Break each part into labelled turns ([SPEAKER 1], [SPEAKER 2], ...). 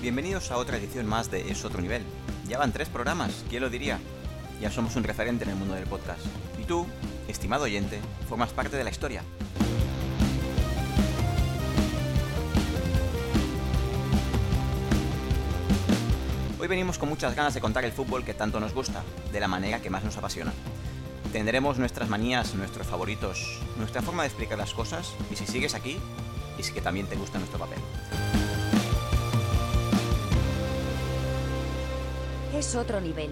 [SPEAKER 1] Bienvenidos a otra edición más de Es Otro Nivel. Ya van tres programas, ¿quién lo diría? Ya somos un referente en el mundo del podcast. Y tú, estimado oyente, formas parte de la historia. Hoy venimos con muchas ganas de contar el fútbol que tanto nos gusta, de la manera que más nos apasiona. Tendremos nuestras manías, nuestros favoritos, nuestra forma de explicar las cosas, y si sigues aquí, es que también te gusta nuestro papel.
[SPEAKER 2] Es otro nivel.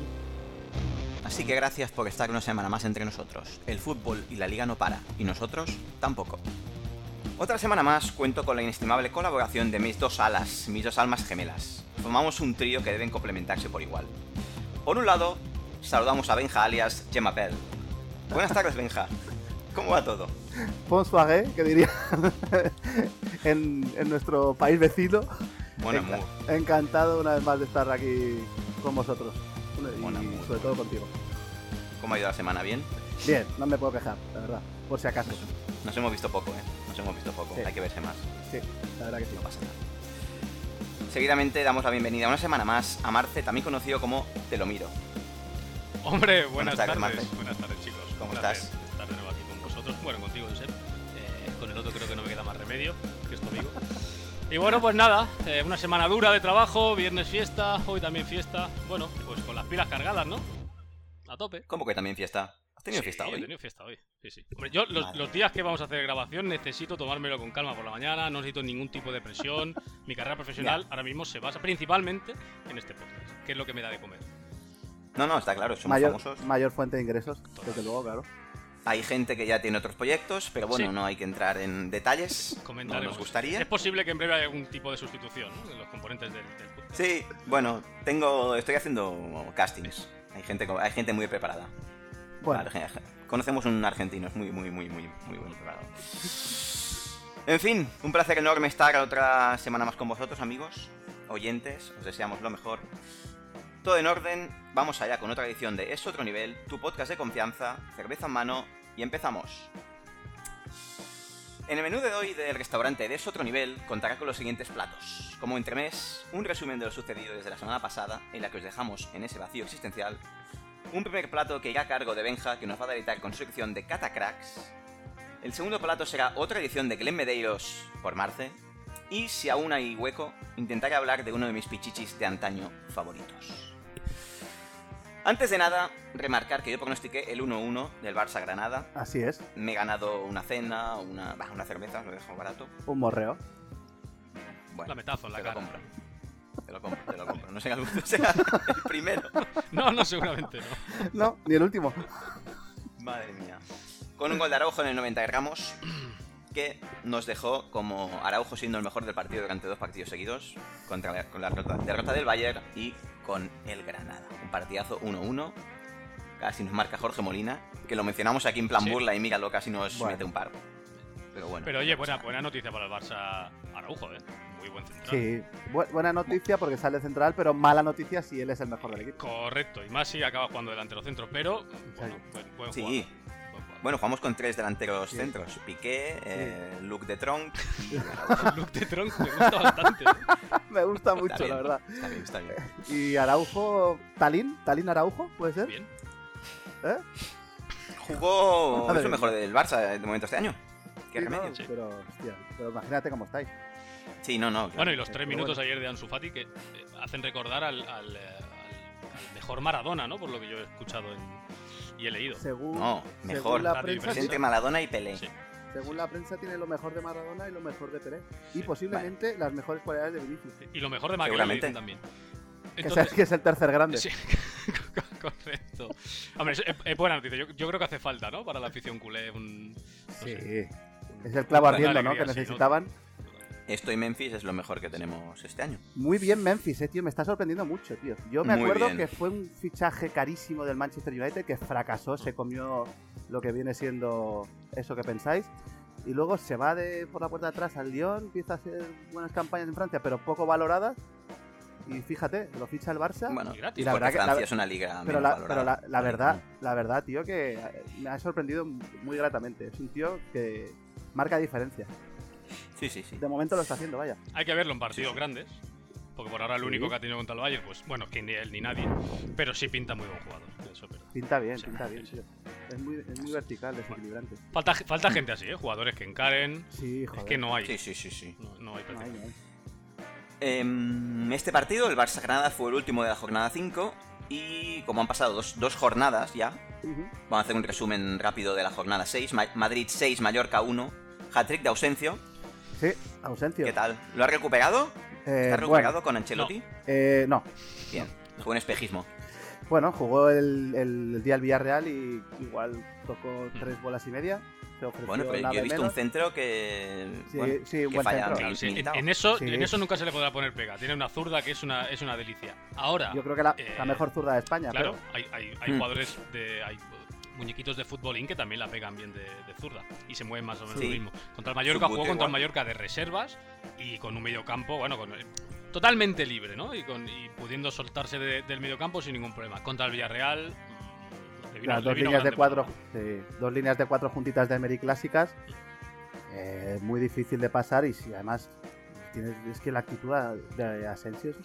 [SPEAKER 1] Así que gracias por estar una semana más entre nosotros. El fútbol y la liga no para, y nosotros tampoco. Otra semana más cuento con la inestimable colaboración de mis dos alas, mis dos almas gemelas. Formamos un trío que deben complementarse por igual. Por un lado, saludamos a Benja alias Gemma Pell. Buenas tardes, Benja. ¿Cómo va todo?
[SPEAKER 3] Bonsoir, ¿eh? que diría en, en nuestro país vecino.
[SPEAKER 1] Bueno,
[SPEAKER 3] Enca- Encantado una vez más de estar aquí con vosotros. Y
[SPEAKER 1] Buen amor.
[SPEAKER 3] sobre todo contigo.
[SPEAKER 1] ¿cómo ha ido la semana? ¿Bien?
[SPEAKER 3] Bien, no me puedo quejar, la verdad. Por si acaso.
[SPEAKER 1] Nos hemos visto poco, ¿eh? Nos hemos visto poco.
[SPEAKER 3] Sí.
[SPEAKER 1] Hay que verse más.
[SPEAKER 3] Sí, la verdad que sí.
[SPEAKER 1] No pasa nada. Seguidamente damos la bienvenida una semana más a Marce, también conocido como Te lo miro.
[SPEAKER 4] Hombre,
[SPEAKER 1] Buenas
[SPEAKER 4] buenas,
[SPEAKER 1] tardes,
[SPEAKER 4] tardes.
[SPEAKER 1] Marce.
[SPEAKER 4] Buenas tardes, chicos.
[SPEAKER 1] ¿Cómo
[SPEAKER 4] Un
[SPEAKER 1] estás?
[SPEAKER 4] placer Estar de nuevo aquí con vosotros. Bueno, contigo, Josep. Eh, con el otro creo que no me queda más remedio, que es tu amigo. Y bueno, pues nada, eh, una semana dura de trabajo, viernes fiesta, hoy también fiesta. Bueno, pues con las pilas cargadas, ¿no? A tope.
[SPEAKER 1] ¿Cómo que también fiesta? ¿Has tenido
[SPEAKER 4] Sí,
[SPEAKER 1] fiesta
[SPEAKER 4] He
[SPEAKER 1] hoy?
[SPEAKER 4] tenido fiesta hoy. Sí, sí. Hombre, yo los,
[SPEAKER 1] Vale.
[SPEAKER 4] los días que vamos a hacer grabación necesito tomármelo con calma por la mañana, no necesito ningún tipo de presión. Mi carrera profesional ahora mismo se basa principalmente en este podcast, que es lo que me da de comer.
[SPEAKER 1] No, no, está claro, somos
[SPEAKER 3] Mayor,
[SPEAKER 1] famosos.
[SPEAKER 3] mayor fuente de ingresos, desde luego, claro.
[SPEAKER 1] Hay gente que ya tiene otros proyectos, pero bueno,
[SPEAKER 4] Sí.
[SPEAKER 1] no hay que entrar en detalles. No
[SPEAKER 4] Comentaremos.
[SPEAKER 1] nos gustaría.
[SPEAKER 4] Es posible que en breve haya algún tipo de sustitución ¿no? de los componentes del, del podcast.
[SPEAKER 1] Sí, bueno, tengo, estoy haciendo castings. Hay gente, co- hay gente muy preparada.
[SPEAKER 3] Bueno,
[SPEAKER 1] Arge- Conocemos un argentino, es muy, muy, muy, muy, muy buen preparado. En fin, un placer enorme estar otra semana más con vosotros, amigos, oyentes. Os deseamos lo mejor. Todo en orden, vamos allá con otra edición de Es Otro Nivel, tu podcast de confianza, cerveza en mano y empezamos. En el menú de hoy del restaurante de Es Otro Nivel contará con los siguientes platos. Como entremés, un resumen de lo sucedido desde la semana pasada, en la que os dejamos en ese vacío existencial, un primer plato que irá a cargo de Benja, que nos va a deleitar con su sección de Catacracks. El segundo plato será otra edición de Glen Medeiros por Marce. Y si aún hay hueco, intentaré hablar de uno de mis pichichis de antaño favoritos. Antes de nada, remarcar que yo pronostiqué el 1-1 del Barça Granada.
[SPEAKER 3] así es,
[SPEAKER 1] Me he ganado una cena, una, bah, una cerveza, lo dejo barato.
[SPEAKER 3] un morreo.
[SPEAKER 1] Bueno,
[SPEAKER 4] La metazo en la
[SPEAKER 1] te
[SPEAKER 4] cara.
[SPEAKER 1] lo compro. Te lo compro, te lo compro. No será el, no será el primero.
[SPEAKER 4] No, no, seguramente no.
[SPEAKER 3] No, ni el último.
[SPEAKER 1] Madre mía. Con un gol de Araujo en el 90 de Ramos, que nos dejó como Araujo siendo el mejor del partido durante dos partidos seguidos, contra la- con la derrota, derrota del Bayern y con el Granada. Un partidazo 1-1. Casi nos marca Jorge Molina, que lo mencionamos aquí en plan
[SPEAKER 4] Sí.
[SPEAKER 1] burla y míralo, casi nos
[SPEAKER 3] Bueno.
[SPEAKER 1] mete un par. Pero bueno.
[SPEAKER 4] Pero oye, buena, buena noticia para el Barça Araujo, ¿eh? Muy buen central.
[SPEAKER 3] Sí, bu- buena noticia porque sale central, pero mala noticia si él es el mejor del equipo.
[SPEAKER 4] Correcto, y más si acaba jugando delantero centro, pero bueno, buen, buen
[SPEAKER 1] Sí.
[SPEAKER 4] jugador. Buen jugador.
[SPEAKER 1] Bueno, jugamos con tres delanteros
[SPEAKER 3] Sí.
[SPEAKER 1] centros. Piqué, eh, Luke de Tronc.
[SPEAKER 4] El look de Tronc me gusta bastante. ¿eh?
[SPEAKER 3] Me gusta
[SPEAKER 1] Está
[SPEAKER 3] mucho,
[SPEAKER 1] bien,
[SPEAKER 3] la verdad.
[SPEAKER 1] Está bien, está bien.
[SPEAKER 3] Y Araujo, Talín, Talín Araujo, ¿puede ser?
[SPEAKER 4] Bien.
[SPEAKER 3] ¿Eh?
[SPEAKER 1] Jugó...
[SPEAKER 3] Madre
[SPEAKER 1] Es lo
[SPEAKER 3] mía.
[SPEAKER 1] mejor del Barça de momento este año. Qué
[SPEAKER 3] Sí, no,
[SPEAKER 1] remedio.
[SPEAKER 4] sí.
[SPEAKER 3] pero, hostia, pero imagínate cómo estáis.
[SPEAKER 1] Sí, no, no. claro.
[SPEAKER 4] Bueno, y los tres
[SPEAKER 3] Pero
[SPEAKER 4] minutos
[SPEAKER 3] bueno.
[SPEAKER 4] ayer de Ansu Fati que eh, hacen recordar al, al, eh, al- al mejor Maradona, ¿no? Por lo que yo he escuchado en- y he leído.
[SPEAKER 3] Según,
[SPEAKER 1] No, mejor.
[SPEAKER 3] según la
[SPEAKER 4] Nadie
[SPEAKER 3] prensa,
[SPEAKER 4] presente.
[SPEAKER 1] Presente Maradona y Pelé.
[SPEAKER 4] Sí.
[SPEAKER 3] según la prensa tiene lo mejor de Maradona y lo mejor de Pelé. Y
[SPEAKER 4] Sí,
[SPEAKER 3] posiblemente las mejores cualidades de Vinicius.
[SPEAKER 4] Y lo mejor de Magrela
[SPEAKER 1] Seguramente.
[SPEAKER 4] también.
[SPEAKER 3] Que sabes que es el tercer grande.
[SPEAKER 4] Sí, co- correcto. Hombre, es, es buena noticia. Yo, yo creo que hace falta, ¿no? Para la afición culé. Un, no
[SPEAKER 3] Sí.
[SPEAKER 4] sé.
[SPEAKER 3] Es el clavo
[SPEAKER 4] Una
[SPEAKER 3] ardiendo, ¿no?
[SPEAKER 4] alegría,
[SPEAKER 3] Que
[SPEAKER 4] sí, ¿no?
[SPEAKER 3] necesitaban.
[SPEAKER 1] Esto y Memphis es lo mejor que tenemos este año.
[SPEAKER 3] Muy bien Memphis, eh, tío. Me está sorprendiendo mucho, tío. Yo me
[SPEAKER 1] Muy
[SPEAKER 3] acuerdo
[SPEAKER 1] bien.
[SPEAKER 3] que fue un fichaje carísimo del Manchester United que fracasó, se comió lo que viene siendo eso que pensáis. Y luego se va de por la puerta de atrás al Lyon, empieza a hacer buenas campañas en Francia, pero poco valoradas. Y fíjate, lo ficha el Barça.
[SPEAKER 1] Bueno,
[SPEAKER 4] Y gratis.
[SPEAKER 1] y
[SPEAKER 3] Y la verdad que-
[SPEAKER 1] Francia
[SPEAKER 3] la-
[SPEAKER 1] es una liga
[SPEAKER 3] pero
[SPEAKER 1] menos
[SPEAKER 3] la,
[SPEAKER 1] valorada.
[SPEAKER 3] pero la, la verdad, la verdad, tío, que me ha sorprendido muy gratamente. Es un tío que marca diferencia.
[SPEAKER 1] Sí, sí, sí.
[SPEAKER 3] De momento lo está haciendo, vaya.
[SPEAKER 4] Hay que verlo en partidos
[SPEAKER 1] sí.
[SPEAKER 4] grandes. Porque por ahora el
[SPEAKER 3] Sí.
[SPEAKER 4] único que ha tenido contra el Bayern, pues bueno, que ni él ni nadie. Pero sí pinta muy buen jugador. Eso, pero...
[SPEAKER 3] Pinta bien,
[SPEAKER 4] Sí,
[SPEAKER 3] pinta
[SPEAKER 4] sí,
[SPEAKER 3] bien,
[SPEAKER 4] sí.
[SPEAKER 3] tío. Es muy, es muy vertical, desequilibrante.
[SPEAKER 4] falta, falta gente así, ¿eh? Jugadores que encaren.
[SPEAKER 3] Sí,
[SPEAKER 4] Es
[SPEAKER 3] joder.
[SPEAKER 4] que no hay.
[SPEAKER 1] Sí, sí, sí, sí.
[SPEAKER 4] No, no hay
[SPEAKER 3] No
[SPEAKER 4] perfil.
[SPEAKER 3] hay, no hay.
[SPEAKER 1] Em, este partido, el Barça Granada, fue el último de la jornada 5. Y como han pasado dos, dos jornadas ya,
[SPEAKER 3] Ujú.
[SPEAKER 1] vamos a hacer un resumen rápido de la jornada 6. Madrid 6, Mallorca 1. Hat-trick de Ausencio.
[SPEAKER 3] Sí, ausencio.
[SPEAKER 1] ¿Qué tal? ¿Lo ha recuperado?
[SPEAKER 3] Eh,
[SPEAKER 1] ¿Está
[SPEAKER 3] bueno,
[SPEAKER 1] recuperado con Ancelotti?
[SPEAKER 3] eh, no.
[SPEAKER 1] Bien. Fue un espejismo.
[SPEAKER 3] Bueno, jugó el, el día al Villarreal y igual tocó tres bolas y media. Se ofreció
[SPEAKER 1] Bueno, pero
[SPEAKER 3] nada
[SPEAKER 1] yo he
[SPEAKER 3] y
[SPEAKER 1] visto un
[SPEAKER 3] menos.
[SPEAKER 1] centro que.
[SPEAKER 3] Sí,
[SPEAKER 1] bueno,
[SPEAKER 3] sí, un
[SPEAKER 1] que
[SPEAKER 3] buen
[SPEAKER 1] falla
[SPEAKER 3] centro.
[SPEAKER 1] Mil-
[SPEAKER 4] Claro, sí, en,
[SPEAKER 1] Militao.
[SPEAKER 4] en eso,
[SPEAKER 3] Sí.
[SPEAKER 4] en eso nunca se le podrá poner pega. Tiene una zurda que es una, es una delicia. Ahora,
[SPEAKER 3] Yo creo que la,
[SPEAKER 4] Eh,
[SPEAKER 3] la mejor zurda de España.
[SPEAKER 4] claro,
[SPEAKER 3] Ah, pero- Hmm.
[SPEAKER 4] hay, hay, hay
[SPEAKER 1] Mm.
[SPEAKER 4] jugadores de. Hay muñequitos de futbolín que también la pegan bien de, de zurda y se mueven más o menos
[SPEAKER 1] Sí.
[SPEAKER 4] lo mismo. Contra el Mallorca
[SPEAKER 1] Subote
[SPEAKER 4] jugó contra
[SPEAKER 1] igual.
[SPEAKER 4] el Mallorca de reservas y con un mediocampo, bueno, con totalmente libre, ¿no? Y, con, y pudiendo soltarse de- del mediocampo sin ningún problema. Contra el Villarreal, mm, le vino-
[SPEAKER 3] las
[SPEAKER 4] le
[SPEAKER 3] dos
[SPEAKER 4] vino
[SPEAKER 3] líneas de
[SPEAKER 4] grande
[SPEAKER 3] cuatro,
[SPEAKER 4] problema.
[SPEAKER 3] sí, dos líneas de cuatro juntitas de Emery clásicas, eh, muy difícil de pasar y si además tienes, es que la actitud a- de Asensio es-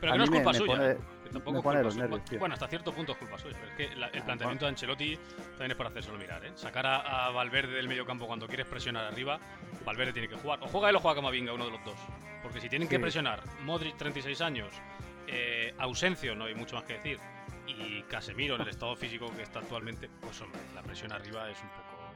[SPEAKER 4] Pero
[SPEAKER 3] a
[SPEAKER 4] que no
[SPEAKER 3] mí
[SPEAKER 4] es
[SPEAKER 3] me-
[SPEAKER 4] culpa
[SPEAKER 3] me
[SPEAKER 4] suya.
[SPEAKER 3] pone-
[SPEAKER 4] ¿eh? Que tampoco
[SPEAKER 3] me
[SPEAKER 4] es
[SPEAKER 3] pone
[SPEAKER 4] culpa
[SPEAKER 3] los
[SPEAKER 4] suya.
[SPEAKER 3] nervios,
[SPEAKER 4] Bu-
[SPEAKER 3] tío.
[SPEAKER 4] Bueno, hasta cierto punto es culpa suya, pero es que la- el
[SPEAKER 3] Ah,
[SPEAKER 4] planteamiento de Ancelotti también es para hacérselo mirar, ¿eh? Sacar a, a Valverde del medio campo cuando quieres presionar arriba, Valverde tiene que jugar. O juega él o juega Camavinga, uno de los dos. Porque si tienen que
[SPEAKER 3] Sí.
[SPEAKER 4] presionar, Modric 36 años, eh, Ausencio, no hay mucho más que decir, y Casemiro en el estado físico que está actualmente, pues hombre, la presión arriba es un poco...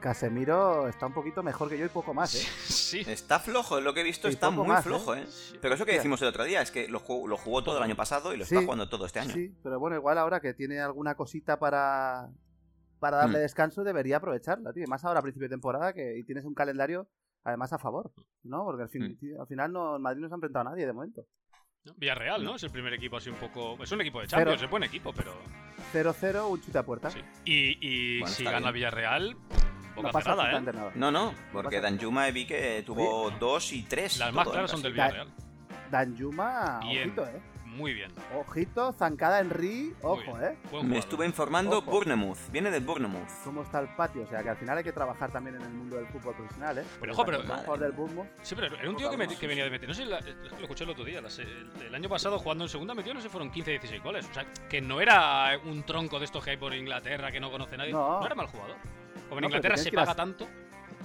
[SPEAKER 3] Casemiro está un poquito mejor que yo y poco más, ¿eh?
[SPEAKER 4] Sí,
[SPEAKER 1] Está flojo, lo que he visto
[SPEAKER 3] Y
[SPEAKER 1] está
[SPEAKER 3] poco
[SPEAKER 1] muy
[SPEAKER 3] más, ¿eh?
[SPEAKER 1] flojo, ¿eh?
[SPEAKER 4] sí.
[SPEAKER 1] Pero eso que
[SPEAKER 3] Hostia.
[SPEAKER 1] decimos el otro día, es que lo jugó, lo jugó todo el año pasado y lo
[SPEAKER 3] Sí.
[SPEAKER 1] está jugando todo este año.
[SPEAKER 3] Sí, pero bueno, igual ahora que tiene alguna cosita para, para darle
[SPEAKER 1] Mm.
[SPEAKER 3] descanso, debería aprovecharla, tío. Y Más ahora a principio de temporada que y tienes un calendario además a favor, ¿no? Porque al,
[SPEAKER 1] Mm.
[SPEAKER 3] fin- al final no, en Madrid no se ha enfrentado a nadie de momento.
[SPEAKER 4] ¿no? Villarreal, ¿no?
[SPEAKER 1] No.
[SPEAKER 4] Es el primer equipo así un poco... Es un equipo de Champions,
[SPEAKER 3] Pero-
[SPEAKER 4] es buen equipo, pero...
[SPEAKER 3] 0-0, un chute a puerta.
[SPEAKER 4] Sí. Y, y
[SPEAKER 1] Bueno,
[SPEAKER 4] si
[SPEAKER 1] está
[SPEAKER 4] gana
[SPEAKER 1] bien.
[SPEAKER 4] Villarreal,
[SPEAKER 3] no
[SPEAKER 4] boca
[SPEAKER 3] pasa
[SPEAKER 4] cerrada, ¿eh?
[SPEAKER 3] absolutamente nada.
[SPEAKER 1] No, no,
[SPEAKER 3] pasa?
[SPEAKER 1] porque Danjuma vi que tuvo dos y tres.
[SPEAKER 4] Las
[SPEAKER 1] todo,
[SPEAKER 4] más
[SPEAKER 1] ¿eh?
[SPEAKER 4] claras son
[SPEAKER 1] Casi.
[SPEAKER 4] del Villarreal.
[SPEAKER 3] Danjuma,
[SPEAKER 4] Bien.
[SPEAKER 3] ojito, ¿eh?
[SPEAKER 4] Muy bien.
[SPEAKER 3] Ojito, zancada Henry, ojo,
[SPEAKER 4] bien.
[SPEAKER 3] ¿eh?
[SPEAKER 4] Buen
[SPEAKER 1] Me
[SPEAKER 4] jugador.
[SPEAKER 1] estuve informando,
[SPEAKER 3] Ojo.
[SPEAKER 1] Bournemouth, viene del Bournemouth.
[SPEAKER 3] ¿Cómo está el patio? O sea, que al final hay que trabajar también en el mundo del fútbol profesional, ¿eh?
[SPEAKER 4] Pero, ojo, pero-
[SPEAKER 3] Por del Bournemouth.
[SPEAKER 4] Sí, pero era un tío que, meti- que venía de meter. No sé, la- es que lo escuché el otro día. las- el, el año pasado jugando en segunda metió, no sé, fueron 15, 16 goles. O sea, que no era un tronco de estos que hay por Inglaterra que no conoce nadie.
[SPEAKER 3] No.
[SPEAKER 4] No, era mal jugador. Como en
[SPEAKER 3] No, pero
[SPEAKER 4] Inglaterra
[SPEAKER 3] tienes
[SPEAKER 4] se
[SPEAKER 3] que ir a-
[SPEAKER 4] paga tanto,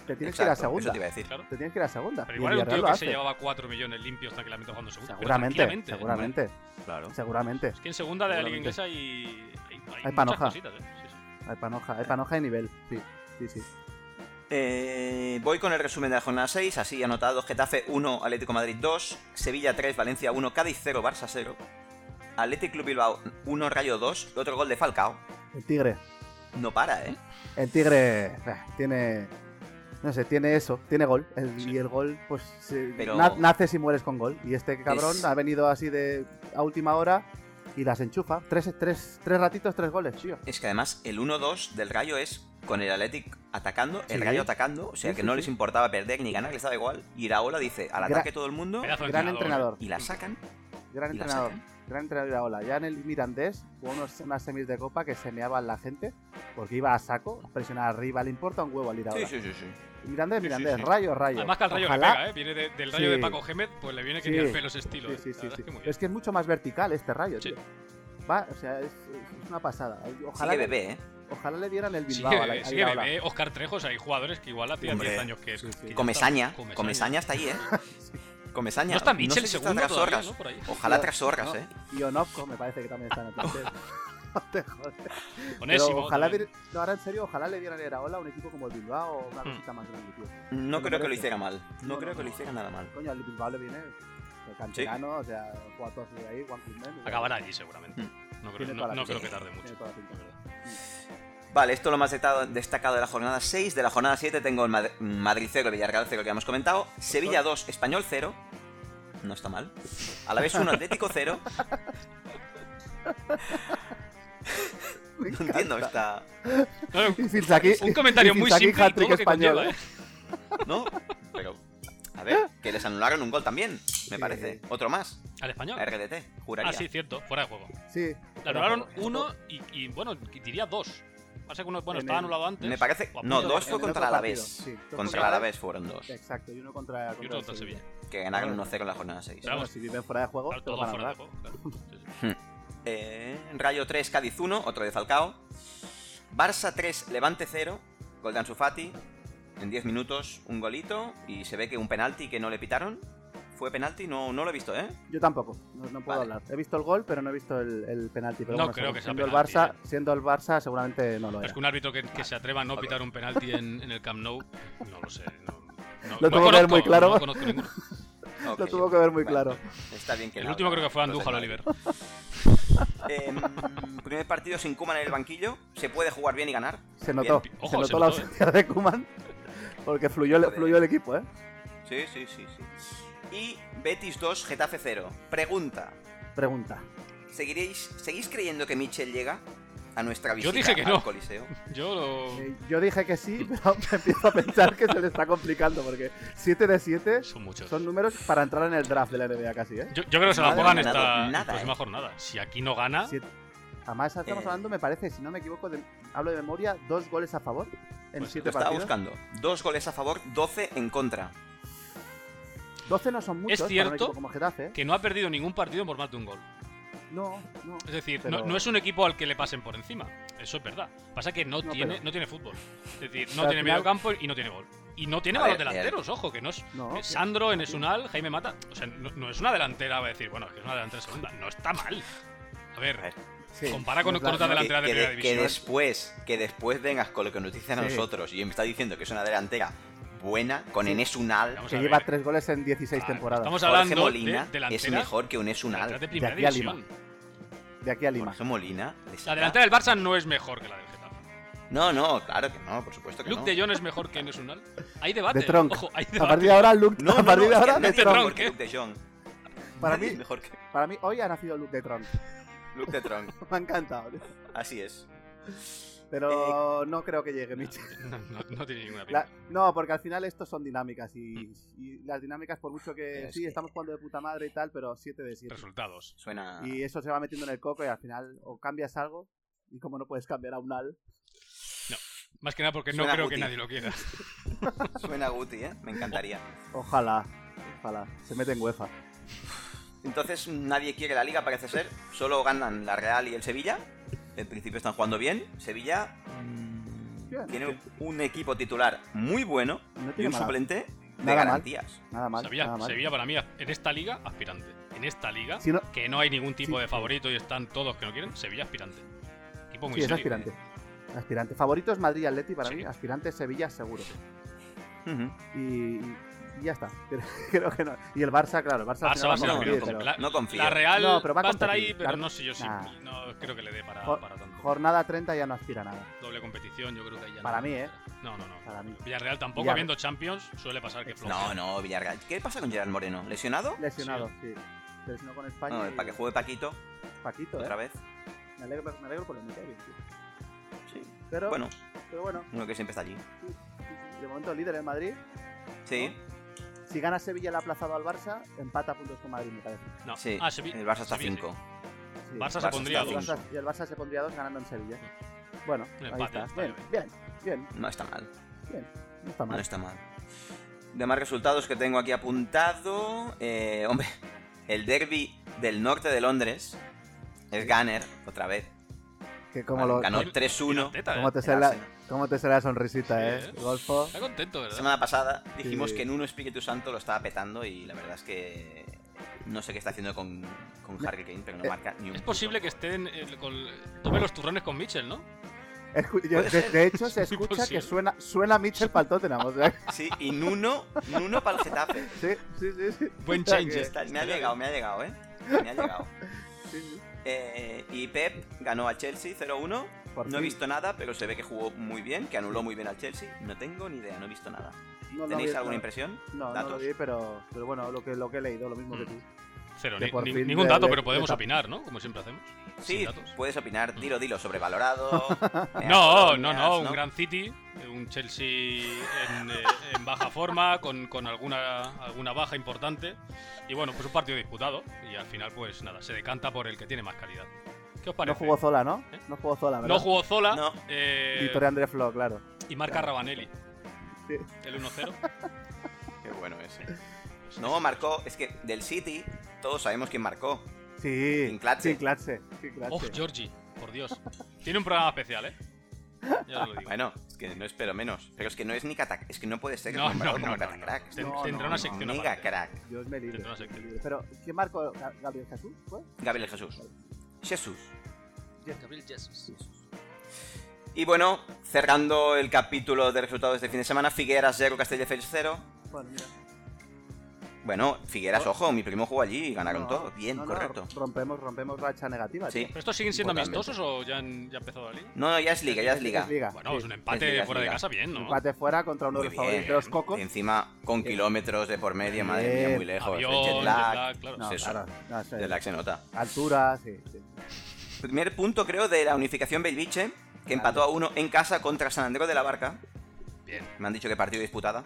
[SPEAKER 3] Te tienes
[SPEAKER 1] Exacto,
[SPEAKER 3] que ir a
[SPEAKER 1] Eso te iba
[SPEAKER 3] segunda.
[SPEAKER 1] a decir.
[SPEAKER 4] claro.
[SPEAKER 3] Te tienes que ir a segunda.
[SPEAKER 4] Pero
[SPEAKER 3] Y
[SPEAKER 4] igual
[SPEAKER 3] el
[SPEAKER 4] era un tío
[SPEAKER 3] Villarreal
[SPEAKER 4] que
[SPEAKER 3] lo
[SPEAKER 4] se
[SPEAKER 3] hace.
[SPEAKER 4] llevaba 4 millones limpios tranquilamente jugando en segunda. pero
[SPEAKER 3] Seguramente,
[SPEAKER 4] tranquilamente, ¿eh?
[SPEAKER 3] seguramente.
[SPEAKER 1] Claro.
[SPEAKER 3] Seguramente.
[SPEAKER 4] Es que en segunda de la liga
[SPEAKER 3] Seguramente.
[SPEAKER 4] inglesa hay, hay, hay muchas
[SPEAKER 3] panoja.
[SPEAKER 4] cositas, ¿eh? Sí, sí.
[SPEAKER 3] Hay panoja, hay panoja de nivel. Sí, sí, sí.
[SPEAKER 1] Eh, voy con el resumen de la jornada 6, así anotado, Getafe 1, Atlético de Madrid 2, Sevilla 3, Valencia 1, Cádiz 0, Barça 0, Atlético Club Bilbao 1, Rayo 2, otro gol de Falcao.
[SPEAKER 3] El tigre.
[SPEAKER 1] No para, ¿eh?
[SPEAKER 3] El tigre eh, tiene. No sé, tiene eso, tiene gol. El-
[SPEAKER 4] Sí.
[SPEAKER 3] Y el gol, pues. se-
[SPEAKER 1] Pero-
[SPEAKER 3] na- naces y mueres con gol. Y este cabrón
[SPEAKER 1] Es-
[SPEAKER 3] ha venido así de a última hora y las enchufa. Tres, tres, tres ratitos, tres goles, tío.
[SPEAKER 1] Es que además el 1-2 del Rayo es con el Atlético atacando, el
[SPEAKER 3] Sí.
[SPEAKER 1] Rayo atacando, o sea
[SPEAKER 3] Sí,
[SPEAKER 1] que
[SPEAKER 3] sí,
[SPEAKER 1] no
[SPEAKER 3] sí.
[SPEAKER 1] les importaba perder ni ganar, les daba igual. Y Iraola dice, al
[SPEAKER 3] Gra-
[SPEAKER 1] ataque todo el mundo,
[SPEAKER 4] Pedazo de ¿eh?
[SPEAKER 3] Gran entrenador,
[SPEAKER 1] y la sacan,
[SPEAKER 3] gran
[SPEAKER 1] y la ¿eh?
[SPEAKER 3] entrenador.
[SPEAKER 1] sacan.
[SPEAKER 3] Gran entrenador de la ola. Ya en el Mirandés hubo unos, unas semis de copa que semeaban la gente porque iba a saco, presionaba arriba, le importa un huevo al ir
[SPEAKER 1] Sí,
[SPEAKER 3] ahora.
[SPEAKER 1] sí, sí, sí.
[SPEAKER 3] Mirandés,
[SPEAKER 4] Sí, sí,
[SPEAKER 3] Mirandés,
[SPEAKER 4] sí.
[SPEAKER 3] rayo, rayo.
[SPEAKER 4] Además que al rayo
[SPEAKER 3] Ojalá-
[SPEAKER 4] le pega, ¿eh? Viene de- del rayo
[SPEAKER 3] Sí.
[SPEAKER 4] de Paco Gémez, pues le viene que
[SPEAKER 3] Sí.
[SPEAKER 4] ni al pelo ese estilo.
[SPEAKER 3] Sí,
[SPEAKER 4] ¿eh?
[SPEAKER 3] sí,
[SPEAKER 4] La
[SPEAKER 3] sí,
[SPEAKER 4] verdad
[SPEAKER 3] sí.
[SPEAKER 4] es que muy bien.
[SPEAKER 3] Es que es mucho más vertical este rayo,
[SPEAKER 4] Sí.
[SPEAKER 3] tío. Va, o sea, es, es una pasada. Ojalá,
[SPEAKER 1] Sigue
[SPEAKER 3] le-
[SPEAKER 1] bebé, ¿eh?
[SPEAKER 3] ojalá le dieran el Bilbao
[SPEAKER 4] Sigue,
[SPEAKER 3] a la,
[SPEAKER 4] bebé,
[SPEAKER 3] a
[SPEAKER 4] sigue
[SPEAKER 3] Iraola.
[SPEAKER 4] bebé, Oscar Trejos, hay jugadores que igual hacían
[SPEAKER 1] Hombre.
[SPEAKER 4] 10 años que.
[SPEAKER 3] Sí, sí.
[SPEAKER 4] que ya
[SPEAKER 1] Comesaña,
[SPEAKER 4] estaban.
[SPEAKER 1] Comesaña está ahí, ¿eh? Comesaña.
[SPEAKER 4] No está
[SPEAKER 1] sé
[SPEAKER 4] Mitchell
[SPEAKER 1] si está
[SPEAKER 4] segundo
[SPEAKER 1] tras
[SPEAKER 4] todavía,
[SPEAKER 1] Orgas.
[SPEAKER 4] ¿no? Por ahí.
[SPEAKER 1] Ojalá
[SPEAKER 3] Tío,
[SPEAKER 1] tras Orgas,
[SPEAKER 3] no.
[SPEAKER 1] ¿eh?
[SPEAKER 3] Y Onofco me parece que también está en el plantel. No te jodas. Pero
[SPEAKER 4] Onésimo
[SPEAKER 3] ojalá
[SPEAKER 4] Oh. también.
[SPEAKER 3] dir- no, ahora en serio, ojalá le dieran a Iraola a un equipo como el Bilbao o una
[SPEAKER 4] Hmm.
[SPEAKER 3] cosita más grande, tío.
[SPEAKER 1] No creo
[SPEAKER 3] Me
[SPEAKER 1] que lo
[SPEAKER 3] parece.
[SPEAKER 1] hiciera mal. No
[SPEAKER 3] No,
[SPEAKER 1] creo
[SPEAKER 3] no,
[SPEAKER 1] que lo
[SPEAKER 3] no.
[SPEAKER 1] hiciera nada mal.
[SPEAKER 3] Coño, el Bilbao le viene el canterano, o sea, juega todos de ahí, Juan Cruzman, y-
[SPEAKER 4] Acabará allí seguramente. No creo,
[SPEAKER 3] Tiene
[SPEAKER 4] no,
[SPEAKER 3] toda la
[SPEAKER 4] no
[SPEAKER 3] pinta.
[SPEAKER 4] creo que tarde mucho.
[SPEAKER 3] Tiene toda la pinta.
[SPEAKER 4] la verdad.
[SPEAKER 1] Vale, esto es lo más deta- destacado de la jornada 6. De la jornada 7 tengo el Mad- Madrid 0, Villarreal 0 que hemos comentado.
[SPEAKER 3] Pues
[SPEAKER 1] Sevilla 2, Español 0. No está mal. A la vez 1, Atlético 0.
[SPEAKER 3] Me
[SPEAKER 1] No entiendo
[SPEAKER 3] encanta.
[SPEAKER 1] esta...
[SPEAKER 4] No, un-
[SPEAKER 3] Y Filzaki-
[SPEAKER 4] un comentario
[SPEAKER 3] y
[SPEAKER 4] muy
[SPEAKER 3] Filzaki,
[SPEAKER 4] simple y todo
[SPEAKER 3] hat-trick
[SPEAKER 4] lo que
[SPEAKER 3] español.
[SPEAKER 4] conlleva, ¿eh?
[SPEAKER 1] ¿No? Pero... A ver, que les anularon un gol también, me
[SPEAKER 3] Sí.
[SPEAKER 1] parece. Otro más.
[SPEAKER 4] Al español.
[SPEAKER 1] A RDT, juraría.
[SPEAKER 4] Ah, sí, cierto, fuera de juego.
[SPEAKER 3] Sí.
[SPEAKER 4] Le anularon uno y, y, bueno, diría dos. Pasa que uno, bueno,
[SPEAKER 3] En
[SPEAKER 4] estaba
[SPEAKER 3] el-
[SPEAKER 4] anulado antes.
[SPEAKER 1] Me parece.
[SPEAKER 4] o a
[SPEAKER 1] No,
[SPEAKER 4] punto de-
[SPEAKER 1] dos
[SPEAKER 3] en
[SPEAKER 1] fue
[SPEAKER 3] el
[SPEAKER 1] contra
[SPEAKER 3] otro
[SPEAKER 1] la Alavés.
[SPEAKER 3] partido, sí. Dos
[SPEAKER 1] Contra
[SPEAKER 3] contra
[SPEAKER 1] la
[SPEAKER 3] el
[SPEAKER 1] Alavés fueron dos.
[SPEAKER 3] Exacto, y uno contra,
[SPEAKER 4] Y
[SPEAKER 3] contra
[SPEAKER 4] uno
[SPEAKER 3] el
[SPEAKER 4] contra Sevilla.
[SPEAKER 1] Que ganaron 1-0 en la jornada 6.
[SPEAKER 4] Vamos.
[SPEAKER 3] Bueno, si viven fuera de juego,
[SPEAKER 4] Claro,
[SPEAKER 3] te lo
[SPEAKER 4] todo
[SPEAKER 3] van a
[SPEAKER 4] fuera de
[SPEAKER 3] ganar.
[SPEAKER 4] juego, claro. Sí, sí.
[SPEAKER 1] Eh, Rayo 3, Cádiz 1, otro de Falcao. Barça 3, Levante 0, gol de Ansu Fati. En 10 minutos, un golito. Y se ve que un penalti que no le pitaron. ¿Fue penalti? No, no lo he visto, ¿eh?
[SPEAKER 3] Yo tampoco, no, no puedo
[SPEAKER 1] Vale.
[SPEAKER 3] hablar. He visto el gol, pero no he visto el, el penalti. Pero
[SPEAKER 4] No
[SPEAKER 3] bueno,
[SPEAKER 4] creo
[SPEAKER 3] seguro-
[SPEAKER 4] que sea
[SPEAKER 3] siendo,
[SPEAKER 4] penalti, eh.
[SPEAKER 3] el Barça, siendo el Barça, seguramente no lo
[SPEAKER 4] Es
[SPEAKER 3] era.
[SPEAKER 4] que un árbitro que, que se atreva a no pitar un penalti en, en el Camp Nou, no lo sé. No, no-
[SPEAKER 3] Lo
[SPEAKER 4] no
[SPEAKER 3] tuvo que ver muy
[SPEAKER 4] conozco,
[SPEAKER 3] claro.
[SPEAKER 4] no conozco ninguno.
[SPEAKER 1] Ok.
[SPEAKER 3] Lo tuvo que ver muy
[SPEAKER 1] Bueno,
[SPEAKER 3] claro.
[SPEAKER 1] Está bien que
[SPEAKER 4] El
[SPEAKER 1] no,
[SPEAKER 4] último
[SPEAKER 1] no,
[SPEAKER 4] creo que fue
[SPEAKER 1] no sé
[SPEAKER 4] Andújar
[SPEAKER 1] nada.
[SPEAKER 4] Oliver.
[SPEAKER 1] Em, primer partido sin Kuman en el banquillo. Se puede jugar bien y ganar.
[SPEAKER 3] Se notó,
[SPEAKER 4] Bien,
[SPEAKER 3] se
[SPEAKER 4] ojo,
[SPEAKER 3] notó
[SPEAKER 4] se
[SPEAKER 3] la
[SPEAKER 4] notó, ¿eh?
[SPEAKER 3] ausencia de Kuman. Porque fluyó el,
[SPEAKER 1] Joder.
[SPEAKER 3] fluyó el equipo, ¿eh?
[SPEAKER 1] Sí, sí, sí, sí. Y Betis 2, Getafe 0. Pregunta.
[SPEAKER 3] Pregunta.
[SPEAKER 1] ¿Seguiréis, ¿Seguís creyendo que Mitchell llega a nuestra visita
[SPEAKER 4] Yo dije que
[SPEAKER 1] al
[SPEAKER 4] no.
[SPEAKER 1] Coliseo?
[SPEAKER 4] Yo lo.
[SPEAKER 3] Eh, Yo dije que sí, pero empiezo a pensar que se le está complicando porque 7 de 7
[SPEAKER 4] Son muchos.
[SPEAKER 3] son números para entrar en el draft de la NBA casi, ¿eh?
[SPEAKER 4] Yo, yo creo que se la
[SPEAKER 1] Madre,
[SPEAKER 4] juegan
[SPEAKER 1] no han ganado
[SPEAKER 4] esta
[SPEAKER 1] nada,
[SPEAKER 4] próxima
[SPEAKER 1] eh.
[SPEAKER 4] jornada. Si aquí no gana,
[SPEAKER 3] Siete- Además, estamos
[SPEAKER 1] Eh.
[SPEAKER 3] hablando, me parece, si no me equivoco, de- hablo de memoria, dos goles a favor en
[SPEAKER 4] Pues
[SPEAKER 1] Lo
[SPEAKER 3] siete
[SPEAKER 1] estaba
[SPEAKER 3] partidos.
[SPEAKER 1] buscando. Dos goles a favor, 12 en contra.
[SPEAKER 3] 12 no son muchos para
[SPEAKER 4] cierto
[SPEAKER 3] un equipo como Getafe. ¿eh?
[SPEAKER 4] que no ha perdido ningún partido por más de un gol.
[SPEAKER 3] No, no.
[SPEAKER 4] Es decir,
[SPEAKER 3] Pero-
[SPEAKER 4] no, no es un equipo al que le pasen por encima. Eso es verdad. Pasa que no,
[SPEAKER 3] No,
[SPEAKER 4] tiene,
[SPEAKER 3] pero-
[SPEAKER 4] no tiene fútbol. Es decir,
[SPEAKER 3] O sea,
[SPEAKER 4] no
[SPEAKER 3] al
[SPEAKER 4] tiene
[SPEAKER 3] final-
[SPEAKER 4] medio campo y no tiene gol. Y no tiene
[SPEAKER 1] A
[SPEAKER 4] malos
[SPEAKER 1] ver, el-
[SPEAKER 4] delanteros, ojo, que no es.
[SPEAKER 3] No,
[SPEAKER 4] eh, Sandro, Enesunal, Jaime Mata. O sea, no, no es una delantera, va a decir, bueno, es que es una delantera segunda. No está mal. A ver,
[SPEAKER 1] A ver,
[SPEAKER 3] sí,
[SPEAKER 4] compara con-
[SPEAKER 3] no es la-
[SPEAKER 4] con otra
[SPEAKER 3] no-
[SPEAKER 4] delantera. delantera
[SPEAKER 1] que, de-
[SPEAKER 4] de primera
[SPEAKER 1] que
[SPEAKER 4] división.
[SPEAKER 1] después, que después vengas con lo que nos dicen a
[SPEAKER 3] Sí.
[SPEAKER 1] nosotros y me está diciendo que es una delantera buena, con Enes Unal,
[SPEAKER 4] vamos a
[SPEAKER 3] Que
[SPEAKER 4] ver.
[SPEAKER 3] lleva tres goles en 16
[SPEAKER 4] Ah,
[SPEAKER 3] temporadas.
[SPEAKER 4] eh. Estamos
[SPEAKER 1] Jorge
[SPEAKER 4] hablando
[SPEAKER 1] Molina
[SPEAKER 4] de
[SPEAKER 1] es
[SPEAKER 4] delantera,
[SPEAKER 1] mejor que un Enes Unal.
[SPEAKER 4] de primera
[SPEAKER 3] aquí a
[SPEAKER 4] división.
[SPEAKER 3] De aquí a Lima.
[SPEAKER 1] Jorge Molina. le saca-
[SPEAKER 4] La delantera del Barça no es mejor que la del Getafe.
[SPEAKER 1] No, no, claro que no, por supuesto que
[SPEAKER 4] Luke
[SPEAKER 1] no.
[SPEAKER 4] de Jong es mejor que Nesunal. Hay debate.
[SPEAKER 3] De Tronc.
[SPEAKER 4] Ojo, hay
[SPEAKER 3] A partir
[SPEAKER 4] debate.
[SPEAKER 3] de ahora, Luke,
[SPEAKER 1] No,
[SPEAKER 3] a
[SPEAKER 1] no,
[SPEAKER 3] partir
[SPEAKER 1] no,
[SPEAKER 3] de
[SPEAKER 1] es que
[SPEAKER 3] ahora,
[SPEAKER 1] nadie
[SPEAKER 3] de
[SPEAKER 1] es
[SPEAKER 3] Tron.
[SPEAKER 1] mejor que
[SPEAKER 4] ¿eh?
[SPEAKER 1] Luke de Jong.
[SPEAKER 3] Para
[SPEAKER 1] Nadie
[SPEAKER 3] mí,
[SPEAKER 1] es mejor que
[SPEAKER 3] para mí, hoy ha nacido Luke de Tron.
[SPEAKER 1] Luke de Tron.
[SPEAKER 3] Me ha encantado. ¿eh?
[SPEAKER 1] Así es. Eh,
[SPEAKER 3] Pero no creo que llegue, Mitch.
[SPEAKER 4] No, no- no tiene ninguna pinta.
[SPEAKER 3] La- no, porque al final estos son dinámicas y, y las dinámicas, por mucho que
[SPEAKER 1] Es
[SPEAKER 3] sí,
[SPEAKER 1] que-
[SPEAKER 3] estamos jugando de puta madre y tal, pero 7 de 7.
[SPEAKER 4] Resultados.
[SPEAKER 1] Suena.
[SPEAKER 3] Y eso se va metiendo en el coco y al final o cambias algo y como no puedes cambiar a un al,
[SPEAKER 4] Más que nada porque no
[SPEAKER 1] Suena
[SPEAKER 4] creo que
[SPEAKER 1] útil.
[SPEAKER 4] nadie lo quiera.
[SPEAKER 1] Suena Guti, ¿eh? Me encantaría.
[SPEAKER 3] ojalá, ojalá, se mete en UEFA.
[SPEAKER 1] Entonces nadie quiere la liga, parece ser. Solo ganan la Real y el Sevilla. En principio están jugando bien. Sevilla
[SPEAKER 3] Mm, Bien,
[SPEAKER 1] tiene un equipo titular muy bueno
[SPEAKER 3] no
[SPEAKER 1] y
[SPEAKER 3] tiene
[SPEAKER 1] un
[SPEAKER 3] mala-
[SPEAKER 1] suplente de
[SPEAKER 3] Nada mal.
[SPEAKER 1] garantías.
[SPEAKER 3] nada mal.
[SPEAKER 4] Sevilla,
[SPEAKER 3] nada mal.
[SPEAKER 4] Sevilla para mí, en esta liga, aspirante. En esta liga,
[SPEAKER 3] Si no-
[SPEAKER 4] que no hay ningún tipo
[SPEAKER 3] Sí,
[SPEAKER 4] de
[SPEAKER 3] sí.
[SPEAKER 4] favorito y están todos que no quieren, Sevilla aspirante. Equipo muy
[SPEAKER 3] sí, es
[SPEAKER 4] serio.
[SPEAKER 3] aspirante. Aspirante. Favorito es Madrid y Atleti para
[SPEAKER 4] Sí.
[SPEAKER 3] mí, aspirante es Sevilla seguro.
[SPEAKER 1] Ujú.
[SPEAKER 3] Y, y ya está. Creo que no. Y el Barça, claro, el Barça, al
[SPEAKER 4] Barça
[SPEAKER 3] final
[SPEAKER 4] va a ser
[SPEAKER 3] a
[SPEAKER 1] No,
[SPEAKER 4] aspirante.
[SPEAKER 3] competir, pero-
[SPEAKER 1] la- no confío.
[SPEAKER 4] La Real
[SPEAKER 3] No, pero
[SPEAKER 4] va,
[SPEAKER 3] va a
[SPEAKER 4] a estar ahí,
[SPEAKER 3] competir.
[SPEAKER 4] pero
[SPEAKER 3] La-
[SPEAKER 4] no sé yo si.
[SPEAKER 3] Nah.
[SPEAKER 4] No creo que le dé para,
[SPEAKER 3] Jo-
[SPEAKER 4] para tanto.
[SPEAKER 3] Jornada 30 ya no aspira a nada.
[SPEAKER 4] Doble competición, yo creo que ahí ya
[SPEAKER 3] Para
[SPEAKER 4] no.
[SPEAKER 3] mí, ¿eh?
[SPEAKER 4] No, no, no.
[SPEAKER 3] Para mí.
[SPEAKER 4] Villarreal tampoco,
[SPEAKER 3] Villarreal.
[SPEAKER 4] habiendo Champions, suele pasar que
[SPEAKER 1] No,
[SPEAKER 4] flojea.
[SPEAKER 1] no, Villarreal. ¿Qué pasa con Gerard Moreno? ¿Lesionado?
[SPEAKER 3] Lesionado, sí. Se lesionó con España.
[SPEAKER 1] No,
[SPEAKER 3] y-
[SPEAKER 1] para que juegue Paquito
[SPEAKER 3] Paquito, ¿eh?
[SPEAKER 1] otra vez.
[SPEAKER 3] Me alegro, me alegro por el Mkhitaryan, tío.
[SPEAKER 1] Sí.
[SPEAKER 3] Pero
[SPEAKER 1] Bueno,
[SPEAKER 3] bueno, pero bueno
[SPEAKER 1] uno que siempre está allí.
[SPEAKER 3] de momento líder en Madrid.
[SPEAKER 1] Sí,
[SPEAKER 3] Si gana Sevilla el aplazado al Barça, empata puntos con Madrid, me parece.
[SPEAKER 4] No.
[SPEAKER 1] sí.
[SPEAKER 4] Ah, Sevilla-
[SPEAKER 1] El Barça está
[SPEAKER 4] Sevilla, sí.
[SPEAKER 1] 5.
[SPEAKER 3] Sí.
[SPEAKER 4] Barça
[SPEAKER 1] Barça
[SPEAKER 4] se pondría a
[SPEAKER 1] está
[SPEAKER 3] y, el
[SPEAKER 4] dos.
[SPEAKER 1] cinco.
[SPEAKER 3] Barça, y el Barça se pondría dos ganando en Sevilla. Bueno,
[SPEAKER 4] Un
[SPEAKER 3] ahí
[SPEAKER 4] empate,
[SPEAKER 3] está.
[SPEAKER 4] está
[SPEAKER 3] Bien,
[SPEAKER 4] bien.
[SPEAKER 3] bien, bien.
[SPEAKER 1] No está mal.
[SPEAKER 3] No está
[SPEAKER 1] No
[SPEAKER 3] mal.
[SPEAKER 1] está mal. Demás resultados que tengo aquí apuntado. eh, hombre, el derby del norte de Londres. Es Gunner, otra vez.
[SPEAKER 3] Que como
[SPEAKER 1] Vale,
[SPEAKER 3] lo,
[SPEAKER 1] ganó
[SPEAKER 4] Y- y la
[SPEAKER 1] 3-1.
[SPEAKER 4] teta,
[SPEAKER 3] cómo
[SPEAKER 4] eh.
[SPEAKER 3] te sale la,
[SPEAKER 1] Arsenal.
[SPEAKER 3] cómo te sale la sonrisita,
[SPEAKER 4] Sí,
[SPEAKER 3] eh.
[SPEAKER 4] eh.
[SPEAKER 3] Golfo.
[SPEAKER 4] Está contento,
[SPEAKER 1] La
[SPEAKER 4] ¿verdad?
[SPEAKER 1] semana pasada dijimos
[SPEAKER 3] Sí.
[SPEAKER 1] que Nuno Espíritu Santo lo estaba petando y la verdad es que no sé qué está haciendo con, con Harry Kane, pero no
[SPEAKER 3] Eh,
[SPEAKER 1] marca ni un
[SPEAKER 4] Es
[SPEAKER 1] puto
[SPEAKER 4] posible que
[SPEAKER 1] gol.
[SPEAKER 4] estén eh, con, tome los turrones con Mitchell, ¿no?
[SPEAKER 3] Escu- yo-
[SPEAKER 1] Puede
[SPEAKER 3] de,
[SPEAKER 1] ser.
[SPEAKER 3] de hecho, se
[SPEAKER 4] Es muy
[SPEAKER 3] escucha
[SPEAKER 4] posible.
[SPEAKER 3] que suena, suena Mitchell para el Tottenham. o sea,
[SPEAKER 1] Sí, y Nuno, Nuno para el Getafe.
[SPEAKER 3] ¿eh? sí, sí, sí, sí.
[SPEAKER 4] Buen
[SPEAKER 3] O sea
[SPEAKER 4] change este.
[SPEAKER 3] que-
[SPEAKER 1] Está- me ha llegado, me ha llegado, ¿eh? Me ha llegado.
[SPEAKER 3] sí, sí.
[SPEAKER 1] Eh, y Pep ganó a Chelsea 0-1.
[SPEAKER 3] Por
[SPEAKER 1] No he
[SPEAKER 3] fin.
[SPEAKER 1] visto nada, pero se ve que jugó muy bien, que anuló muy bien al Chelsea. No tengo ni idea, no he visto nada.
[SPEAKER 3] No lo
[SPEAKER 1] ¿Tenéis
[SPEAKER 3] vi,
[SPEAKER 1] alguna
[SPEAKER 3] no.
[SPEAKER 1] impresión?
[SPEAKER 3] No, no lo
[SPEAKER 1] Datos.
[SPEAKER 3] vi, pero, pero bueno, lo que, lo que he leído, lo mismo que
[SPEAKER 4] Mm.
[SPEAKER 3] tú.
[SPEAKER 4] Cero,
[SPEAKER 3] Que
[SPEAKER 4] ni-
[SPEAKER 3] por
[SPEAKER 4] ni-
[SPEAKER 3] fin
[SPEAKER 4] ningún
[SPEAKER 3] le-
[SPEAKER 4] dato,
[SPEAKER 3] le-
[SPEAKER 4] pero podemos
[SPEAKER 3] le-
[SPEAKER 4] opinar, ¿no? Como siempre hacemos.
[SPEAKER 1] Sí,
[SPEAKER 4] Sin datos.
[SPEAKER 1] puedes opinar, dilo, dilo, sobrevalorado. eh,
[SPEAKER 4] No,
[SPEAKER 1] colonias,
[SPEAKER 4] no, no, un gran City, eh, un Chelsea en, eh, en baja forma, con, con alguna, alguna baja importante. Y bueno, pues un partido disputado. Y al final, pues nada, se decanta por el que tiene más calidad. ¿Qué
[SPEAKER 3] No
[SPEAKER 4] os parece?
[SPEAKER 3] jugó Zola, ¿no?
[SPEAKER 4] ¿Eh?
[SPEAKER 3] No jugó Zola, ¿verdad?
[SPEAKER 4] No jugó Zola
[SPEAKER 1] No.
[SPEAKER 4] eh,
[SPEAKER 3] Victoria Andrés Flo, claro.
[SPEAKER 4] y marca Rabanelli.
[SPEAKER 3] Sí.
[SPEAKER 4] El 1-0.
[SPEAKER 1] Qué bueno ese. No, marcó. Es que del City todos sabemos quién marcó.
[SPEAKER 3] Sí.
[SPEAKER 1] Sin Clatse.
[SPEAKER 3] Sin Clatse, sin Clatse.
[SPEAKER 4] Oh, Georgie, por Dios. Tiene un programa especial, ¿eh? Ya os lo digo.
[SPEAKER 1] Bueno, es que no espero menos. Pero es que no es ni catac. Es que no puede ser
[SPEAKER 4] No,
[SPEAKER 1] comparado
[SPEAKER 4] no, no,
[SPEAKER 1] como
[SPEAKER 4] no,
[SPEAKER 1] catacrack.
[SPEAKER 4] Ten-
[SPEAKER 3] No,
[SPEAKER 4] tendrá
[SPEAKER 3] no, no,
[SPEAKER 4] una sección
[SPEAKER 1] Mega
[SPEAKER 4] aparte.
[SPEAKER 1] crack.
[SPEAKER 3] Dios me libre.
[SPEAKER 4] Tendrá una
[SPEAKER 3] Dios me
[SPEAKER 4] sección.
[SPEAKER 3] libre. Pero, ¿qué marcó Ga- Gabriel Jesús? ¿Fue?
[SPEAKER 1] Gabriel Jesús. Jesús.
[SPEAKER 4] Gabriel Jesus.
[SPEAKER 1] Y bueno, cerrando el capítulo de resultados de este fin de semana, Figueras 0, Castelldefels 0.
[SPEAKER 3] Bueno, mira.
[SPEAKER 1] Bueno, Figueras, ojo, mi primo jugó allí y ganaron
[SPEAKER 3] No,
[SPEAKER 1] todo. Bien,
[SPEAKER 3] no, no,
[SPEAKER 1] correcto.
[SPEAKER 3] rompemos, rompemos racha negativa.
[SPEAKER 1] Sí.
[SPEAKER 4] ¿Pero estos siguen siendo
[SPEAKER 1] Totalmente.
[SPEAKER 4] amistosos o ya han, ya ha empezado la liga?
[SPEAKER 1] No, no, ya es liga, ya es liga.
[SPEAKER 3] Es liga.
[SPEAKER 4] Bueno,
[SPEAKER 3] sí.
[SPEAKER 4] es un
[SPEAKER 1] Es
[SPEAKER 4] empate
[SPEAKER 1] liga, es
[SPEAKER 4] fuera de
[SPEAKER 1] liga.
[SPEAKER 4] casa, bien, ¿no?
[SPEAKER 3] Empate fuera contra uno
[SPEAKER 1] Muy
[SPEAKER 3] de los favoritos de
[SPEAKER 1] bien.
[SPEAKER 3] los cocos.
[SPEAKER 1] Y encima con
[SPEAKER 3] Bien.
[SPEAKER 1] kilómetros de por medio, madre mía,
[SPEAKER 3] Bien.
[SPEAKER 1] muy lejos.
[SPEAKER 4] Avión,
[SPEAKER 1] el jet lag.
[SPEAKER 4] jet lag, claro.
[SPEAKER 3] No,
[SPEAKER 1] Sí, eso.
[SPEAKER 3] claro, no, eso es.
[SPEAKER 1] Jet lag se nota.
[SPEAKER 3] Altura, sí. sí.
[SPEAKER 1] Primer punto, creo, de la unificación Belviche, que empató a uno en casa contra San Andrés de la Barca.
[SPEAKER 4] Bien.
[SPEAKER 1] Me han dicho que partido disputada.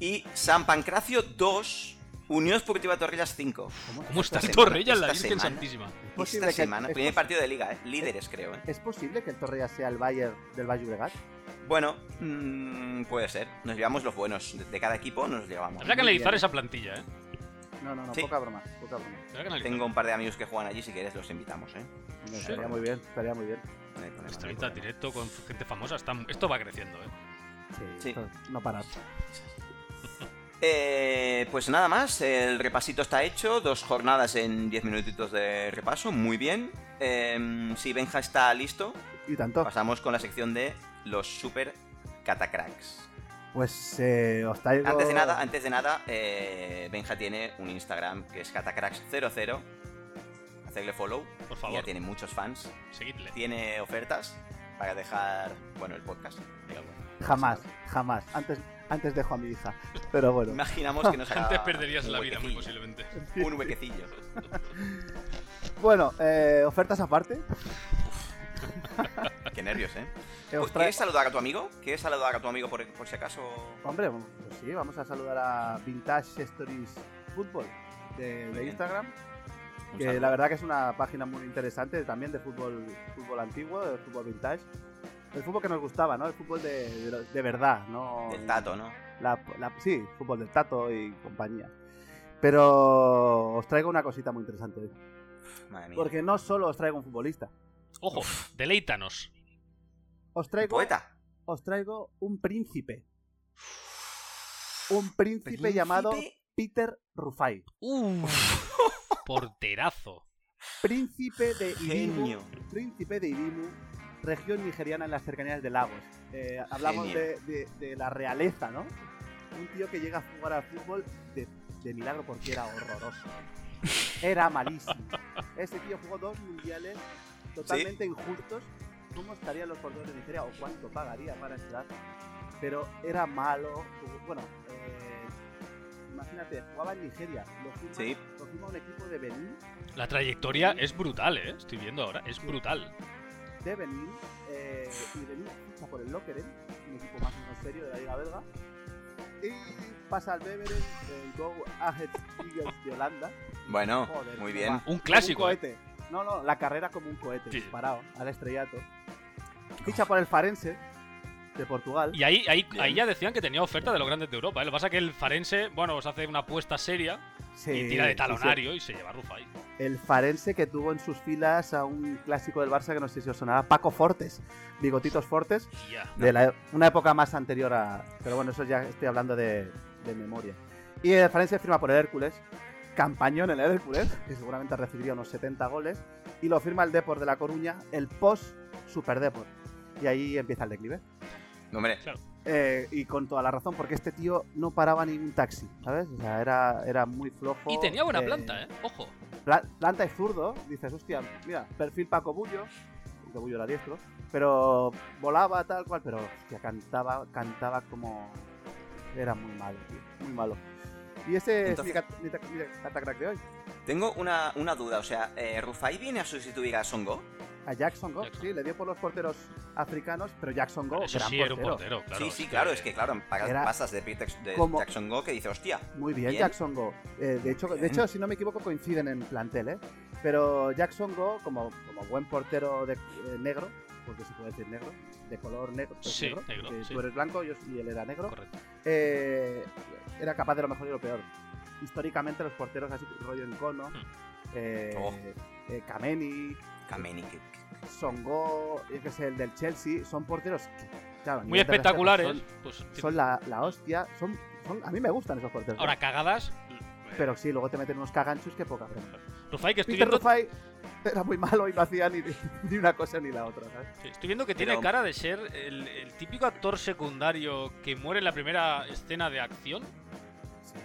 [SPEAKER 1] Y San Pancracio 2, Unión Esportiva Torrellas 5.
[SPEAKER 4] ¿Cómo está
[SPEAKER 1] Esta
[SPEAKER 4] Torrellas,
[SPEAKER 1] semana-
[SPEAKER 4] la
[SPEAKER 1] esta
[SPEAKER 4] Virgen
[SPEAKER 1] semana.
[SPEAKER 4] Santísima?
[SPEAKER 3] Es posible
[SPEAKER 1] Esta
[SPEAKER 3] que-
[SPEAKER 1] semana,
[SPEAKER 3] es
[SPEAKER 1] primer
[SPEAKER 3] posi-
[SPEAKER 1] partido de liga, ¿eh? líderes creo. ¿eh?
[SPEAKER 3] ¿Es posible que el Torreya sea el Bayern del Valle Bregat?
[SPEAKER 1] Bueno, mm, puede ser. Nos llevamos los buenos. De- De cada equipo nos los llevamos.
[SPEAKER 4] Habrá que
[SPEAKER 3] Muy
[SPEAKER 4] analizar
[SPEAKER 3] bien.
[SPEAKER 4] esa plantilla, ¿eh?
[SPEAKER 3] No, no, no,
[SPEAKER 1] Sí.
[SPEAKER 3] poca broma, poca broma.
[SPEAKER 4] Habrá que analizar.
[SPEAKER 1] Tengo un par de amigos que juegan allí, si quieres los invitamos. ¿eh?
[SPEAKER 3] Hombre, Estaría muy bien, estaría muy bien.
[SPEAKER 1] No hay problema, no hay
[SPEAKER 4] Entrevistas
[SPEAKER 1] problema.
[SPEAKER 4] directo con gente famosa. está- Esto va creciendo, ¿eh?
[SPEAKER 3] Sí,
[SPEAKER 1] Sí.
[SPEAKER 3] esto no parar.
[SPEAKER 1] Eh, pues nada más, el repasito está hecho, dos jornadas en 10 minutitos de repaso, muy bien. Em, si Benja está listo,
[SPEAKER 3] Y tanto.
[SPEAKER 1] pasamos con la sección de los super catacracks.
[SPEAKER 3] Pues eh, os traigo...
[SPEAKER 1] Antes de nada, antes de nada, eh, Benja tiene un Instagram que es catacracks00. Hacerle follow,
[SPEAKER 4] Por
[SPEAKER 1] ya
[SPEAKER 4] favor,
[SPEAKER 1] tiene muchos fans,
[SPEAKER 4] seguidle.
[SPEAKER 1] tiene ofertas para dejar, bueno, el podcast. digamos.
[SPEAKER 3] Jamás, jamás. Antes, antes dejo a mi hija. Pero bueno.
[SPEAKER 1] Imaginamos que nos haga
[SPEAKER 4] Antes perderías
[SPEAKER 1] un
[SPEAKER 4] la vida, muy
[SPEAKER 1] huequecillo,
[SPEAKER 4] posiblemente.
[SPEAKER 1] Un huequecillo.
[SPEAKER 3] Bueno, eh, ofertas aparte.
[SPEAKER 1] Qué nervios, ¿eh?
[SPEAKER 3] eh, os
[SPEAKER 1] Pues,
[SPEAKER 3] traigo-
[SPEAKER 1] ¿Quieres saludar a tu amigo? ¿Quieres saludar a tu amigo por, por si acaso?
[SPEAKER 3] Hombre, pues sí, vamos a saludar a Vintage Stories Football
[SPEAKER 1] Muy
[SPEAKER 3] de, de
[SPEAKER 1] bien.
[SPEAKER 3] Instagram,
[SPEAKER 1] Un
[SPEAKER 3] que
[SPEAKER 1] saludo.
[SPEAKER 3] la verdad que es una página muy interesante también de fútbol, fútbol antiguo, de fútbol vintage. El fútbol que nos gustaba, ¿no? El fútbol de, de lo- de verdad, ¿no?
[SPEAKER 1] Del tato, ¿no?
[SPEAKER 3] La- la- sí, fútbol del tato y compañía. Pero os traigo una cosita muy interesante. hoy,
[SPEAKER 1] Madre mía.
[SPEAKER 3] Porque no solo os traigo un futbolista,
[SPEAKER 4] Ojo, deleítanos.
[SPEAKER 3] os
[SPEAKER 1] ¿Un
[SPEAKER 3] traigo,
[SPEAKER 1] poeta.
[SPEAKER 3] os traigo un príncipe. Un príncipe,
[SPEAKER 1] Príncipe
[SPEAKER 3] llamado Peter Rufai.
[SPEAKER 4] Porterazo.
[SPEAKER 3] Príncipe de Ibibu,
[SPEAKER 1] Genio.
[SPEAKER 3] Príncipe de Ibibu, región nigeriana en las cercanías de Lagos. Eh, hablamos
[SPEAKER 1] Genio.
[SPEAKER 3] de, de- de la realeza, ¿no? Un tío que llega a jugar al fútbol de, de milagro porque era horroroso. Era malísimo. Ese tío jugó dos mundiales totalmente injustos. ¿Cómo estarían los jugadores de Nigeria o cuánto pagaría para entrar? Pero era malo. jugó- Bueno, eh, imagínate, jugaba en Nigeria. Lo firma,
[SPEAKER 1] Sí.
[SPEAKER 3] lo firma un equipo de Benín
[SPEAKER 4] La trayectoria es brutal, ¿eh? Estoy viendo ahora, es
[SPEAKER 3] Sí.
[SPEAKER 4] brutal.
[SPEAKER 3] de Benin eh, y Benin ficha por el Lokeren, un equipo más o menos serio de la Liga Belga, y pasa al Beveren, el Go Ahead Eagles de Holanda.
[SPEAKER 1] Bueno,
[SPEAKER 3] Joder,
[SPEAKER 1] muy
[SPEAKER 3] cómo
[SPEAKER 1] bien.
[SPEAKER 3] va,
[SPEAKER 4] Un
[SPEAKER 3] como
[SPEAKER 4] clásico.
[SPEAKER 3] un
[SPEAKER 4] ¿eh?
[SPEAKER 3] cohete. No, no, la carrera como un cohete,
[SPEAKER 4] Sí.
[SPEAKER 3] disparado al estrellato. Ficha por el Farense de Portugal.
[SPEAKER 4] Y ahí, ahí,
[SPEAKER 1] Bien.
[SPEAKER 4] ahí ya decían que tenía oferta de los grandes de Europa. ¿eh? Lo que pasa es que el Farense, bueno, os hace una apuesta seria
[SPEAKER 3] Sí,
[SPEAKER 4] y tira de
[SPEAKER 3] sí,
[SPEAKER 4] talonario y se lleva a Rufai.
[SPEAKER 3] sí. El Farense que tuvo en sus filas a un clásico del Barça que no sé si os sonará, Paco Fortes, Bigotitos Fortes,
[SPEAKER 4] Ya.
[SPEAKER 3] de la- una época más anterior a. Pero bueno, eso ya estoy hablando de, de memoria. Y el Farense firma por el Hércules, campañón en el Hércules, que seguramente recibiría unos 70 goles, y lo firma el Depor de La Coruña, el post Super Depor. Y ahí empieza el declive.
[SPEAKER 1] Hombre,
[SPEAKER 3] Eh, y con toda la razón, porque este tío no paraba ni un taxi, ¿sabes? O sea, era, era muy flojo.
[SPEAKER 4] Y tenía buena planta, ¿eh? Ojo.
[SPEAKER 3] Pla- planta y zurdo, dices, hostia, mira, perfil Paco Bullo, aunque Bullo era diestro, pero volaba tal cual, pero hostia, cantaba, cantaba como. Era muy malo, tío, muy malo. Y ese es mi
[SPEAKER 1] Entonces-
[SPEAKER 3] cat- mi ta- mi catacrack de hoy,
[SPEAKER 1] tengo una, una duda. O sea, eh, ¿Rufai viene a sustituir a Songo?
[SPEAKER 3] a Jackson Go,
[SPEAKER 4] Jackson.
[SPEAKER 3] sí, le dio por los porteros africanos, pero Jackson Go,
[SPEAKER 4] Eso
[SPEAKER 3] gran
[SPEAKER 4] sí, era un
[SPEAKER 3] portero.
[SPEAKER 4] portero, claro.
[SPEAKER 1] sí, sí, claro. Es que, claro, pagas-
[SPEAKER 3] Era-
[SPEAKER 1] pasas de, Peter- de
[SPEAKER 3] Como-
[SPEAKER 1] Jack Songo que dice, hostia.
[SPEAKER 3] Muy bien,
[SPEAKER 1] Bien.
[SPEAKER 3] Jackson Go. Eh, de, hecho, de
[SPEAKER 1] Bien.
[SPEAKER 3] hecho, si no me equivoco, coinciden en plantel, ¿eh? Pero Jackson Go, como, como buen portero de, eh, negro, porque se puede decir negro, de color negro, pues
[SPEAKER 4] Sí,
[SPEAKER 3] negro,
[SPEAKER 4] negro,
[SPEAKER 3] que
[SPEAKER 4] sí.
[SPEAKER 3] tú eres blanco yo, y él era negro,
[SPEAKER 4] Correcto.
[SPEAKER 3] eh, era capaz de lo mejor y lo peor. Históricamente los porteros así, rollo Encono,
[SPEAKER 4] Hmm.
[SPEAKER 3] eh,
[SPEAKER 1] Oh.
[SPEAKER 3] eh, Kameni,
[SPEAKER 1] Kameni, que- que-
[SPEAKER 3] Songo, yo que sé, el del Chelsea, son porteros que, claro, a
[SPEAKER 4] Muy
[SPEAKER 3] nivel de
[SPEAKER 4] espectaculares.
[SPEAKER 3] respeto
[SPEAKER 4] pues,
[SPEAKER 3] Son, son la, la hostia, son, son- a mí me gustan esos porteros.
[SPEAKER 4] Ahora, cagadas.
[SPEAKER 3] pero sí, luego te meten unos caganchos que poca broma.
[SPEAKER 4] Rufai, que estoy
[SPEAKER 3] Peter
[SPEAKER 4] viendo,
[SPEAKER 3] Rufai era muy malo y no hacía ni, ni una cosa ni la otra, ¿sabes?
[SPEAKER 4] sí, estoy viendo que tiene
[SPEAKER 1] Pero-
[SPEAKER 4] cara de ser el, el típico actor secundario que muere en la primera escena de acción.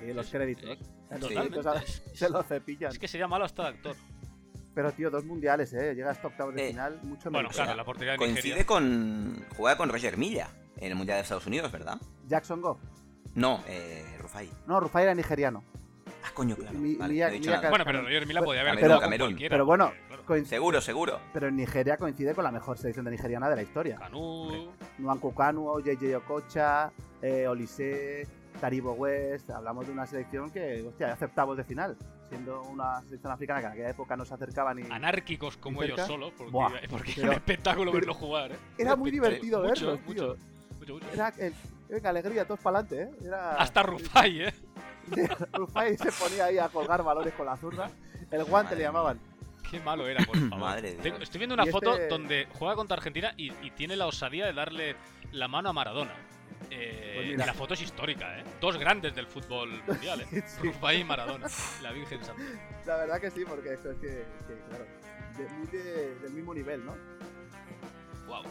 [SPEAKER 3] Sí, los
[SPEAKER 4] Sí,
[SPEAKER 3] créditos. En los
[SPEAKER 1] sí.
[SPEAKER 3] créditos ahora
[SPEAKER 4] Totalmente.
[SPEAKER 3] se los cepillan.
[SPEAKER 4] Es que sería malo hasta de actor.
[SPEAKER 3] Pero, tío, dos mundiales, ¿eh? Llega hasta octavos de
[SPEAKER 1] Eh,
[SPEAKER 3] final, mucho
[SPEAKER 4] Bueno,
[SPEAKER 3] menos.
[SPEAKER 4] claro, la portería de
[SPEAKER 1] coincide
[SPEAKER 4] Nigeria.
[SPEAKER 1] con. Jugaba con Roger Milla en el Mundial de Estados Unidos, ¿verdad?
[SPEAKER 3] Jackson Go.
[SPEAKER 1] No, eh, Rufai.
[SPEAKER 3] No, Rufai era nigeriano.
[SPEAKER 1] Ah, coño, claro.
[SPEAKER 3] Mi-
[SPEAKER 1] vale,
[SPEAKER 3] Milla-
[SPEAKER 1] no he dicho
[SPEAKER 3] Milla
[SPEAKER 1] nada.
[SPEAKER 4] Bueno, pero Roger Mila podía haber
[SPEAKER 1] Camerún,
[SPEAKER 4] jugado con
[SPEAKER 1] Camerún.
[SPEAKER 4] cualquiera,
[SPEAKER 3] Pero bueno,
[SPEAKER 4] porque, claro,
[SPEAKER 3] Coinc-
[SPEAKER 1] Seguro, seguro.
[SPEAKER 3] Pero en Nigeria coincide con la mejor selección de nigeriana de la historia.
[SPEAKER 4] Kanú,
[SPEAKER 3] Nwanko Kanu, JJ Okocha, eh, Olise, Taribo West. Hablamos de una selección que, hostia, hace octavos de final. Siendo una selección africana que en aquella época no se acercaba
[SPEAKER 4] Ah,
[SPEAKER 3] ni...
[SPEAKER 4] anárquicos como
[SPEAKER 3] ¿Y cerca?
[SPEAKER 4] ellos solos, porque,
[SPEAKER 3] Buah,
[SPEAKER 4] porque
[SPEAKER 3] pero-
[SPEAKER 4] era un espectáculo verlo jugar. ¿eh?
[SPEAKER 3] Era muy
[SPEAKER 4] Espectac-
[SPEAKER 3] divertido
[SPEAKER 4] mucho,
[SPEAKER 3] verlos, tío.
[SPEAKER 4] mucho, mucho.
[SPEAKER 3] Era el... Venga, alegría, todos para adelante, ¿eh? Era...
[SPEAKER 4] Hasta Rufai, ¿eh?
[SPEAKER 3] Rufai se ponía ahí a colgar balones con la zurda. El guante
[SPEAKER 1] Madre
[SPEAKER 3] le llamaban.
[SPEAKER 4] Qué malo era, por favor.
[SPEAKER 1] Madre de
[SPEAKER 4] Tengo-
[SPEAKER 1] Dios.
[SPEAKER 4] Estoy viendo una
[SPEAKER 3] Y
[SPEAKER 4] foto
[SPEAKER 3] este-
[SPEAKER 4] donde juega contra Argentina y, y tiene la osadía de darle la mano a Maradona. Eh,
[SPEAKER 3] Pues
[SPEAKER 4] y
[SPEAKER 3] mira.
[SPEAKER 4] la foto es histórica, ¿eh? Dos grandes del fútbol mundial, ¿eh?
[SPEAKER 3] Sí,
[SPEAKER 4] Rufai y Maradona. La Virgen Santa.
[SPEAKER 3] la verdad que sí, porque esto es que, que, claro, de- muy de- del mismo nivel, ¿no?
[SPEAKER 4] Wow.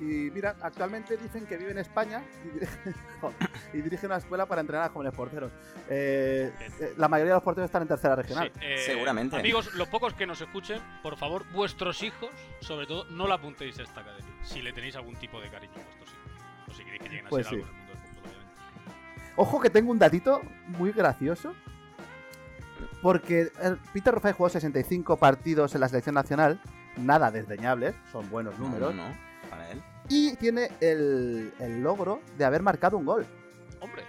[SPEAKER 3] Y mira, actualmente dicen que vive en España y dirige, joder, y dirige una escuela para entrenar a jóvenes porteros. Eh, eh, la mayoría de los porteros están en tercera regional.
[SPEAKER 1] Seguramente.
[SPEAKER 4] eh, Amigos, los pocos que nos escuchen, por favor, vuestros hijos, sobre todo, no la apuntéis a esta academia. Si le tenéis algún tipo de cariño a vuestros hijos. O si queréis que lleguen a
[SPEAKER 3] Pues
[SPEAKER 4] ser
[SPEAKER 3] sí.
[SPEAKER 4] algo en el mundo del fútbol, obviamente.
[SPEAKER 3] Ojo que tengo un datito muy gracioso. Porque eh, Peter Rufai jugó 65 partidos en la selección nacional, nada desdeñables, son buenos
[SPEAKER 1] No,
[SPEAKER 3] números.
[SPEAKER 1] no, no, Para él.
[SPEAKER 3] Y tiene el, el logro de haber marcado un gol.
[SPEAKER 4] Hombre,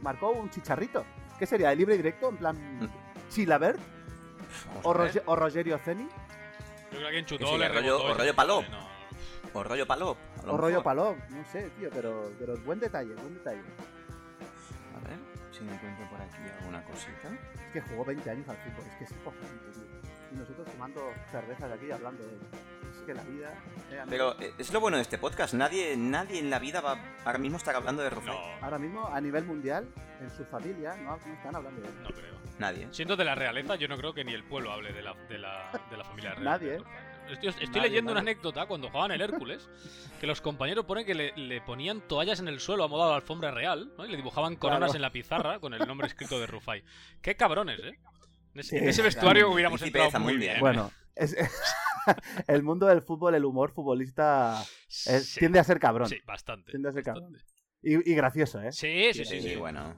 [SPEAKER 3] Marcó un chicharrito. ¿Qué sería? ¿El libre directo? En plan. Chilabert
[SPEAKER 1] Vamos
[SPEAKER 3] o,
[SPEAKER 1] Mm. Pues a ver.
[SPEAKER 3] Roge- o Rogerio Ceni
[SPEAKER 4] yo creo que en
[SPEAKER 1] Que sí,
[SPEAKER 4] Chutó le
[SPEAKER 1] o rollo-
[SPEAKER 4] rebotó
[SPEAKER 1] o
[SPEAKER 4] ese
[SPEAKER 1] rollo
[SPEAKER 4] tipo,
[SPEAKER 1] Palop.
[SPEAKER 4] ¿eh? No.
[SPEAKER 1] O rollo palo. a lo
[SPEAKER 3] o Rollo
[SPEAKER 1] mejor.
[SPEAKER 3] Paló. No sé, tío, pero, pero buen detalle, buen detalle.
[SPEAKER 1] A ver si me encuentro por aquí alguna cosita.
[SPEAKER 3] Es que jugó 20 años al fútbol, es que es imposible, tío. Y nosotros tomando cervezas aquí hablando de. Es que la vida. eh, amigo.
[SPEAKER 1] Pero eh, es lo bueno de este podcast. Nadie, nadie en la vida va ahora mismo estar hablando de Rufai.
[SPEAKER 4] No,
[SPEAKER 3] Ahora mismo, a nivel mundial, en su familia, no, no están hablando de él.
[SPEAKER 4] no creo.
[SPEAKER 1] Nadie.
[SPEAKER 4] Siendo de la realeza, yo no creo que ni el pueblo hable de la, de la, de la familia real.
[SPEAKER 3] Nadie, ¿eh?
[SPEAKER 4] Estoy, estoy
[SPEAKER 3] Nadie,
[SPEAKER 4] leyendo una
[SPEAKER 3] nadie.
[SPEAKER 4] anécdota cuando jugaban el Hércules, que los compañeros ponen que le, le ponían toallas en el suelo a modo de alfombra real, ¿no? Y le dibujaban coronas
[SPEAKER 3] Claro.
[SPEAKER 4] en la pizarra con el nombre escrito de Rufai. Qué cabrones, ¿eh? En ese,
[SPEAKER 3] Sí,
[SPEAKER 4] en ese
[SPEAKER 3] claro.
[SPEAKER 4] vestuario hubiéramos
[SPEAKER 1] Príncipe
[SPEAKER 4] entrado
[SPEAKER 1] de
[SPEAKER 4] muy
[SPEAKER 1] Zamunda,
[SPEAKER 4] bien.
[SPEAKER 1] ¿eh?
[SPEAKER 3] Bueno, es- el mundo del fútbol, el humor futbolista eh,
[SPEAKER 4] Sí,
[SPEAKER 3] tiende a ser cabrón.
[SPEAKER 4] sí, bastante.
[SPEAKER 3] Tiende a ser cabrón. eh.
[SPEAKER 4] bastante.
[SPEAKER 3] Y, y gracioso, ¿eh?
[SPEAKER 4] Sí, sí, sí.
[SPEAKER 1] Sí,
[SPEAKER 4] sí.
[SPEAKER 1] bueno.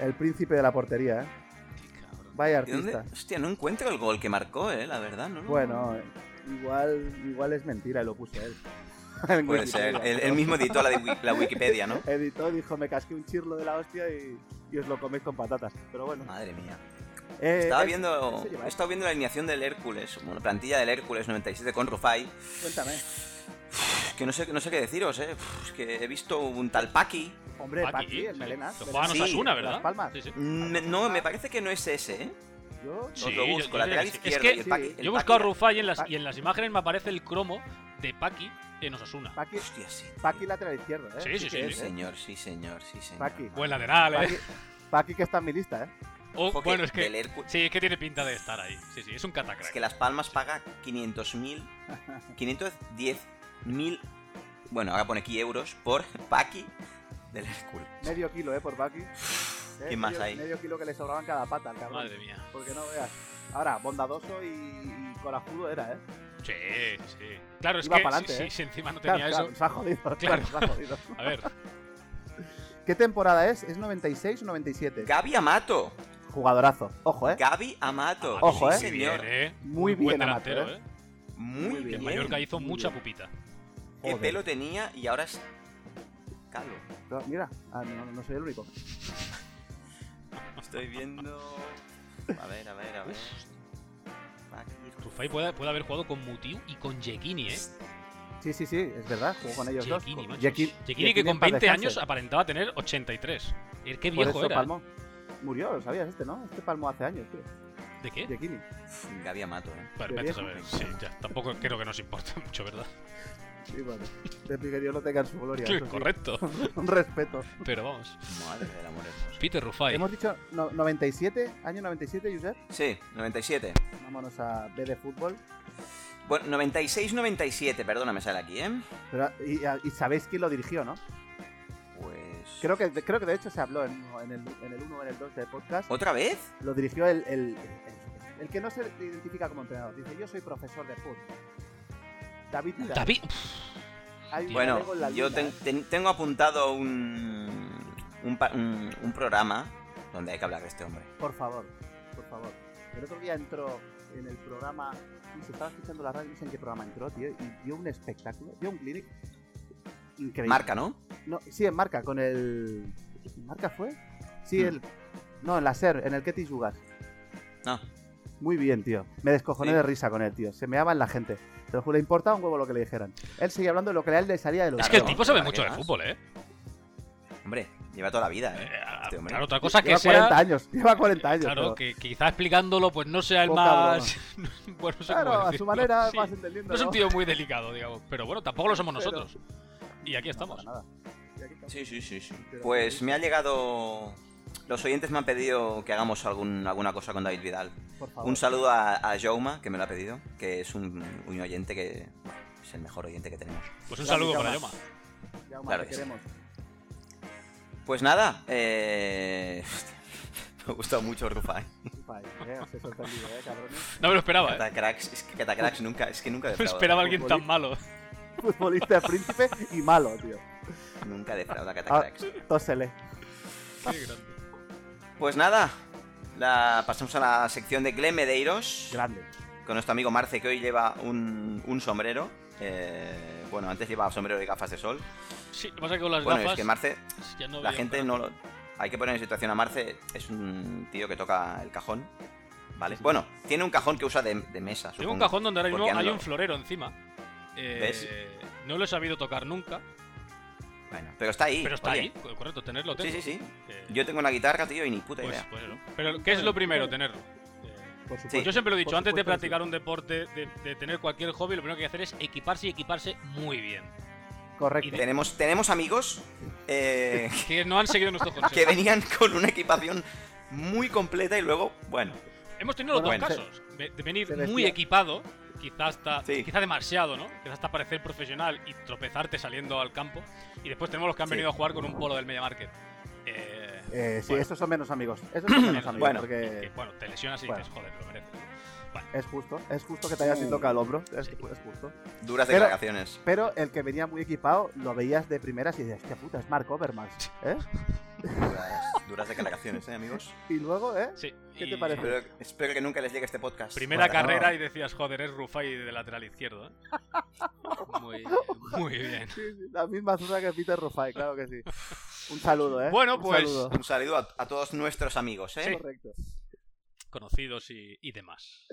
[SPEAKER 3] El príncipe de la portería, ¿eh?
[SPEAKER 4] Qué cabrón.
[SPEAKER 3] Vaya
[SPEAKER 1] ¿Y dónde?
[SPEAKER 3] artista.
[SPEAKER 1] Hostia, no encuentro el gol que marcó, eh, la verdad. No, no,
[SPEAKER 3] Bueno, eh, igual, igual es mentira y lo puso él.
[SPEAKER 1] no. Puede ser. Él, él mismo editó la, de Wi- la Wikipedia, ¿no?
[SPEAKER 3] Editó, dijo, me casqué un chirlo de la hostia y, y os lo coméis con patatas. Pero bueno.
[SPEAKER 4] Ah,
[SPEAKER 1] Madre mía.
[SPEAKER 3] Eh,
[SPEAKER 1] Estaba
[SPEAKER 3] eh,
[SPEAKER 1] viendo,
[SPEAKER 3] se lleva
[SPEAKER 1] he estado viendo la alineación del Hércules, bueno, plantilla del Hércules 97 con Rufai.
[SPEAKER 3] Cuéntame.
[SPEAKER 1] Que no sé, no sé qué deciros, eh. Es que he visto un tal Paki.
[SPEAKER 3] Hombre,
[SPEAKER 4] Paqui,
[SPEAKER 3] Paqui, el
[SPEAKER 4] sí.
[SPEAKER 3] Melenas.
[SPEAKER 4] Lo jugaban
[SPEAKER 1] Sí,
[SPEAKER 4] Osasuna,
[SPEAKER 3] Las
[SPEAKER 4] ¿verdad?
[SPEAKER 3] Palmas.
[SPEAKER 4] Sí, sí.
[SPEAKER 1] Mm, No, me parece que no es ese, eh.
[SPEAKER 3] Yo,
[SPEAKER 1] Os lo
[SPEAKER 4] yo-
[SPEAKER 1] busco,
[SPEAKER 4] yo
[SPEAKER 1] lateral
[SPEAKER 4] diría que sí. Es
[SPEAKER 1] izquierdo
[SPEAKER 4] que
[SPEAKER 1] y el Paki. el
[SPEAKER 4] Yo he buscado a
[SPEAKER 1] Paki-
[SPEAKER 4] Rufai en las,
[SPEAKER 3] Paqui.
[SPEAKER 4] y en las imágenes me aparece el cromo de Paqui en Osasuna.
[SPEAKER 3] Paqui,
[SPEAKER 1] Hostia, sí. tío.
[SPEAKER 3] Paqui lateral izquierdo, ¿eh?
[SPEAKER 4] Sí, sí,
[SPEAKER 3] que
[SPEAKER 4] sí,
[SPEAKER 1] Sí,
[SPEAKER 3] es, ¿eh?
[SPEAKER 1] señor, sí, señor, sí, señor.
[SPEAKER 3] Paqui.
[SPEAKER 4] Buen lateral, ¿eh?
[SPEAKER 3] Paqui, Paqui que está en mi lista, ¿eh?
[SPEAKER 4] O-
[SPEAKER 1] Ojo que
[SPEAKER 4] bueno, es que.
[SPEAKER 1] del Hércules-
[SPEAKER 4] Sí, es que tiene pinta de estar ahí. Sí, sí, es un catacrack.
[SPEAKER 1] Es que Las Palmas paga 500.000. 510.000. Bueno, ahora pone aquí euros por Paki del Hércules.
[SPEAKER 3] Medio kilo, ¿eh? Por Paqui. Eh,
[SPEAKER 1] más
[SPEAKER 3] medio-
[SPEAKER 1] hay?
[SPEAKER 3] Medio kilo que le sobraban cada pata al cabrón.
[SPEAKER 4] Madre mía.
[SPEAKER 3] Porque no veas. Ahora, bondadoso y, y corajudo era, ¿eh?
[SPEAKER 4] Sí, sí. Claro, es
[SPEAKER 3] Iba
[SPEAKER 4] que
[SPEAKER 3] para
[SPEAKER 4] si-
[SPEAKER 3] adelante,
[SPEAKER 4] si,
[SPEAKER 3] ¿eh?
[SPEAKER 4] si encima no
[SPEAKER 3] Claro,
[SPEAKER 4] tenía
[SPEAKER 3] claro,
[SPEAKER 4] eso.
[SPEAKER 3] se ha jodido. Claro,
[SPEAKER 4] Claro.
[SPEAKER 3] se ha jodido.
[SPEAKER 4] A ver,
[SPEAKER 3] ¿Qué temporada es? ¿Es 96 o 97?
[SPEAKER 1] Gaby Amato.
[SPEAKER 3] Jugadorazo. Ojo, ¿eh?
[SPEAKER 1] Gaby Amato.
[SPEAKER 3] Ojo,
[SPEAKER 1] sí,
[SPEAKER 3] eh.
[SPEAKER 1] señor.
[SPEAKER 4] Ah, bien, ¿eh?
[SPEAKER 3] Muy
[SPEAKER 4] buen
[SPEAKER 3] bien, Amato,
[SPEAKER 4] delantero,
[SPEAKER 3] ¿eh?
[SPEAKER 4] ¿eh?
[SPEAKER 1] Muy
[SPEAKER 4] Que
[SPEAKER 1] bien.
[SPEAKER 4] en Mallorca hizo
[SPEAKER 3] muy
[SPEAKER 4] mucha
[SPEAKER 3] bien.
[SPEAKER 4] pupita.
[SPEAKER 1] Qué
[SPEAKER 3] Joder.
[SPEAKER 1] pelo tenía y ahora es calvo.
[SPEAKER 3] No, Mira, ah, no, no soy el único.
[SPEAKER 1] Estoy viendo. A ver, a ver, a ver.
[SPEAKER 4] Rufai puede, puede haber jugado con Mutiu y con Yekini, ¿eh?
[SPEAKER 3] Sí, sí, sí, es verdad, jugó con ellos dos.
[SPEAKER 4] Yekini,
[SPEAKER 3] Con-
[SPEAKER 4] macho.
[SPEAKER 3] Yeki-
[SPEAKER 4] Yekini que con
[SPEAKER 3] paz
[SPEAKER 4] 20
[SPEAKER 3] descanse.
[SPEAKER 4] años aparentaba tener 83. El qué
[SPEAKER 3] Por
[SPEAKER 4] viejo
[SPEAKER 3] eso
[SPEAKER 4] era. ¿eh?
[SPEAKER 3] palmó. Murió, lo sabías este, ¿no? Este palmó hace años, tío.
[SPEAKER 4] ¿De qué?
[SPEAKER 3] Yekini.
[SPEAKER 1] Pff, Gaby Amato, ¿eh?
[SPEAKER 4] Bueno,
[SPEAKER 3] de
[SPEAKER 4] vete a
[SPEAKER 3] viejo.
[SPEAKER 4] saber. Sí, ya. Tampoco creo que nos importa mucho, ¿verdad?
[SPEAKER 3] Sí, bueno. Desde que Dios lo tenga en su gloria. eso sí.
[SPEAKER 4] Correcto.
[SPEAKER 3] Un respeto.
[SPEAKER 4] Pero vamos.
[SPEAKER 1] Madre del amor hermoso.
[SPEAKER 4] Peter Rufai.
[SPEAKER 3] Hemos dicho no- 97, año 97, Josep.
[SPEAKER 1] Sí, 97.
[SPEAKER 3] Vámonos a B de fútbol.
[SPEAKER 1] Bueno, 96-97, perdóname, sale aquí, ¿eh?
[SPEAKER 3] Pero- y, y sabéis quién lo dirigió, ¿no?
[SPEAKER 1] Pues...
[SPEAKER 3] Creo que, creo que de hecho se habló en, en el 1 en el uno o en el 2 del podcast.
[SPEAKER 1] ¿Otra vez?
[SPEAKER 3] Lo dirigió el, el, el- el que no se identifica como entrenador. Dice, yo soy profesor de fútbol. David Vidal.
[SPEAKER 4] David. Uf,
[SPEAKER 3] Hay un
[SPEAKER 1] Bueno,
[SPEAKER 3] gallego en la
[SPEAKER 1] yo
[SPEAKER 3] luna,
[SPEAKER 1] ten-
[SPEAKER 3] ¿eh?
[SPEAKER 1] ten- tengo apuntado un, un, pa- un- un programa donde hay que hablar de este hombre.
[SPEAKER 3] Por favor, por favor. El otro día entró en el programa... y Se estaba escuchando la radio, no sé en qué programa entró, tío. Y dio un espectáculo, dio un clinic increíble.
[SPEAKER 1] Marca, ¿no?
[SPEAKER 3] No, sí, en marca, con el. ¿en ¿Marca fue? Sí,
[SPEAKER 1] Mm.
[SPEAKER 3] el. No, en la SER, en el Ketty Yugas.
[SPEAKER 1] No.
[SPEAKER 3] Muy bien, tío. Me descojoné
[SPEAKER 1] Sí.
[SPEAKER 3] de risa con él, tío. Se meaba en la gente. Te lo juro, le importaba un huevo lo que le dijeran. Él seguía hablando de lo que a él le salía de los
[SPEAKER 4] Es que el
[SPEAKER 1] Claro,
[SPEAKER 4] tipo sabe
[SPEAKER 1] ¿para
[SPEAKER 4] mucho
[SPEAKER 1] qué
[SPEAKER 4] de
[SPEAKER 1] más?
[SPEAKER 4] fútbol, ¿eh?
[SPEAKER 1] Hombre, lleva toda la vida,
[SPEAKER 4] Eh,
[SPEAKER 1] ¿eh?
[SPEAKER 4] ah,
[SPEAKER 1] Este hombre.
[SPEAKER 4] claro, otra cosa que
[SPEAKER 3] Lleva
[SPEAKER 4] sea.
[SPEAKER 3] 40 años, lleva 40 años.
[SPEAKER 4] Claro,
[SPEAKER 3] pero-
[SPEAKER 4] que quizá explicándolo, pues no sea el
[SPEAKER 3] Poca
[SPEAKER 4] más. bueno, no sé cómo
[SPEAKER 3] claro, a su
[SPEAKER 4] decirlo.
[SPEAKER 3] manera
[SPEAKER 4] Sí.
[SPEAKER 3] vas entendiendo.
[SPEAKER 4] No es un
[SPEAKER 3] ¿no?
[SPEAKER 4] tío muy delicado, digamos. Pero bueno, tampoco lo somos
[SPEAKER 3] Pero-
[SPEAKER 4] nosotros. Y aquí estamos.
[SPEAKER 3] No, para nada. Y aquí estamos.
[SPEAKER 1] Sí, sí, sí, sí. Pues me ha llegado... Los oyentes me han pedido que hagamos algún, alguna cosa con David Vidal.
[SPEAKER 3] Por favor.
[SPEAKER 1] Un saludo a, a Jauma, que me lo ha pedido, que es un, un oyente que bueno, es el mejor oyente que tenemos.
[SPEAKER 4] Pues un
[SPEAKER 3] Grande
[SPEAKER 4] saludo para Yoma.
[SPEAKER 3] Yoma. Ya, Omar,
[SPEAKER 1] Claro
[SPEAKER 3] te
[SPEAKER 1] que sí.
[SPEAKER 3] queremos.
[SPEAKER 1] Pues nada, eh... me ha gustado mucho Rufai.
[SPEAKER 3] Upa, eh, os he sorprendido, eh, cabrones.
[SPEAKER 4] No me lo esperaba, ¿eh?
[SPEAKER 1] Catacracks, es que Catacracks nunca, es que nunca
[SPEAKER 4] No
[SPEAKER 1] defrauda.
[SPEAKER 4] esperaba a alguien tan
[SPEAKER 3] Futbolista.
[SPEAKER 4] malo.
[SPEAKER 3] Futbolista príncipe y malo, tío.
[SPEAKER 1] Nunca
[SPEAKER 3] Ah,
[SPEAKER 1] defrauda Catacracks.
[SPEAKER 3] Tósele.
[SPEAKER 4] Qué grande.
[SPEAKER 1] Pues nada, la, pasamos a la sección de Glemedeiros
[SPEAKER 3] Grande.
[SPEAKER 1] con nuestro amigo Marce que hoy lleva un, un sombrero. Eh, bueno, antes llevaba sombrero y gafas de sol.
[SPEAKER 4] Sí, lo que pasa es que con las
[SPEAKER 1] Bueno,
[SPEAKER 4] gafas.
[SPEAKER 1] es que Marce,
[SPEAKER 4] ya no
[SPEAKER 1] la
[SPEAKER 4] veo,
[SPEAKER 1] gente
[SPEAKER 4] pero-
[SPEAKER 1] no lo... Hay que poner en situación a Marce, es un tío que toca el cajón, ¿vale? Bueno, tiene un cajón que usa de, de mesa,
[SPEAKER 4] Tengo un
[SPEAKER 1] supongo.
[SPEAKER 4] cajón donde ahora mismo
[SPEAKER 1] porque
[SPEAKER 4] hay
[SPEAKER 1] ando-
[SPEAKER 4] un florero encima. Eh,
[SPEAKER 1] ¿Ves?
[SPEAKER 4] No lo he sabido tocar nunca,
[SPEAKER 1] Bueno, pero está ahí.
[SPEAKER 4] pero está
[SPEAKER 1] oye.
[SPEAKER 4] ahí. co- Correcto, tenerlo
[SPEAKER 1] Sí,
[SPEAKER 4] tengo.
[SPEAKER 1] sí, sí.
[SPEAKER 4] Eh,
[SPEAKER 1] Yo tengo una guitarra, tío, y ni puta
[SPEAKER 4] pues,
[SPEAKER 1] idea.
[SPEAKER 4] pues no. Pero ¿qué es lo primero? Tenerlo. Eh,
[SPEAKER 3] Por supuesto.
[SPEAKER 1] Sí.
[SPEAKER 4] Yo siempre lo he dicho,
[SPEAKER 3] Por
[SPEAKER 4] antes de
[SPEAKER 3] supuesto que sí.
[SPEAKER 4] practicar un deporte, de, de tener cualquier hobby, lo primero que hay que hacer es equiparse y equiparse muy bien.
[SPEAKER 3] Correcto.
[SPEAKER 1] Tenemos, tenemos amigos eh,
[SPEAKER 4] Que no han seguido nuestros
[SPEAKER 1] que
[SPEAKER 4] consejos.
[SPEAKER 1] venían con una equipación muy completa y luego, bueno,
[SPEAKER 4] Hemos tenido los
[SPEAKER 3] Bueno,
[SPEAKER 4] dos
[SPEAKER 3] se-
[SPEAKER 4] casos. Ve- De venir
[SPEAKER 3] se decía-
[SPEAKER 4] muy equipado, quizás hasta,
[SPEAKER 1] Sí.
[SPEAKER 4] quizá demasiado, ¿no? Quizás hasta parecer profesional y tropezarte saliendo al campo. Y después tenemos los que han
[SPEAKER 1] Sí.
[SPEAKER 4] venido a jugar con un polo del Media Market. Eh,
[SPEAKER 3] Eh, sí,
[SPEAKER 4] Bueno.
[SPEAKER 3] esos son menos amigos. Esos son menos amigos
[SPEAKER 1] Bueno.
[SPEAKER 4] que,
[SPEAKER 3] porque
[SPEAKER 4] bueno, te lesionas y
[SPEAKER 3] Eh, Bueno.
[SPEAKER 4] dices, joder, lo mereces.
[SPEAKER 3] es justo. Es justo que te hayas
[SPEAKER 1] Uh.
[SPEAKER 3] tocado el hombro. Es,
[SPEAKER 4] Sí.
[SPEAKER 3] es justo.
[SPEAKER 1] duras
[SPEAKER 3] Pero-
[SPEAKER 1] declaraciones.
[SPEAKER 3] Pero el que venía muy equipado lo veías de primeras y decías, hostia puta, es Mark Overmars. ¿Eh?
[SPEAKER 1] Duras, duras declaraciones, ¿eh, amigos?
[SPEAKER 3] Y luego, ¿eh?
[SPEAKER 4] Sí,
[SPEAKER 3] ¿Qué
[SPEAKER 4] y
[SPEAKER 3] te parece?
[SPEAKER 1] Espero, espero que nunca les llegue este podcast.
[SPEAKER 4] Primera
[SPEAKER 1] Bueno,
[SPEAKER 4] carrera y decías, joder, es Rufai de lateral izquierdo. ¿eh? Muy, muy bien.
[SPEAKER 3] Sí, sí, la misma zona que Peter Rufai, claro que sí. Un saludo, ¿eh?
[SPEAKER 4] Bueno,
[SPEAKER 3] Un
[SPEAKER 4] pues,
[SPEAKER 3] saludo.
[SPEAKER 1] Un saludo a, a todos nuestros amigos, ¿eh?
[SPEAKER 3] Correcto.
[SPEAKER 4] Conocidos y, y demás.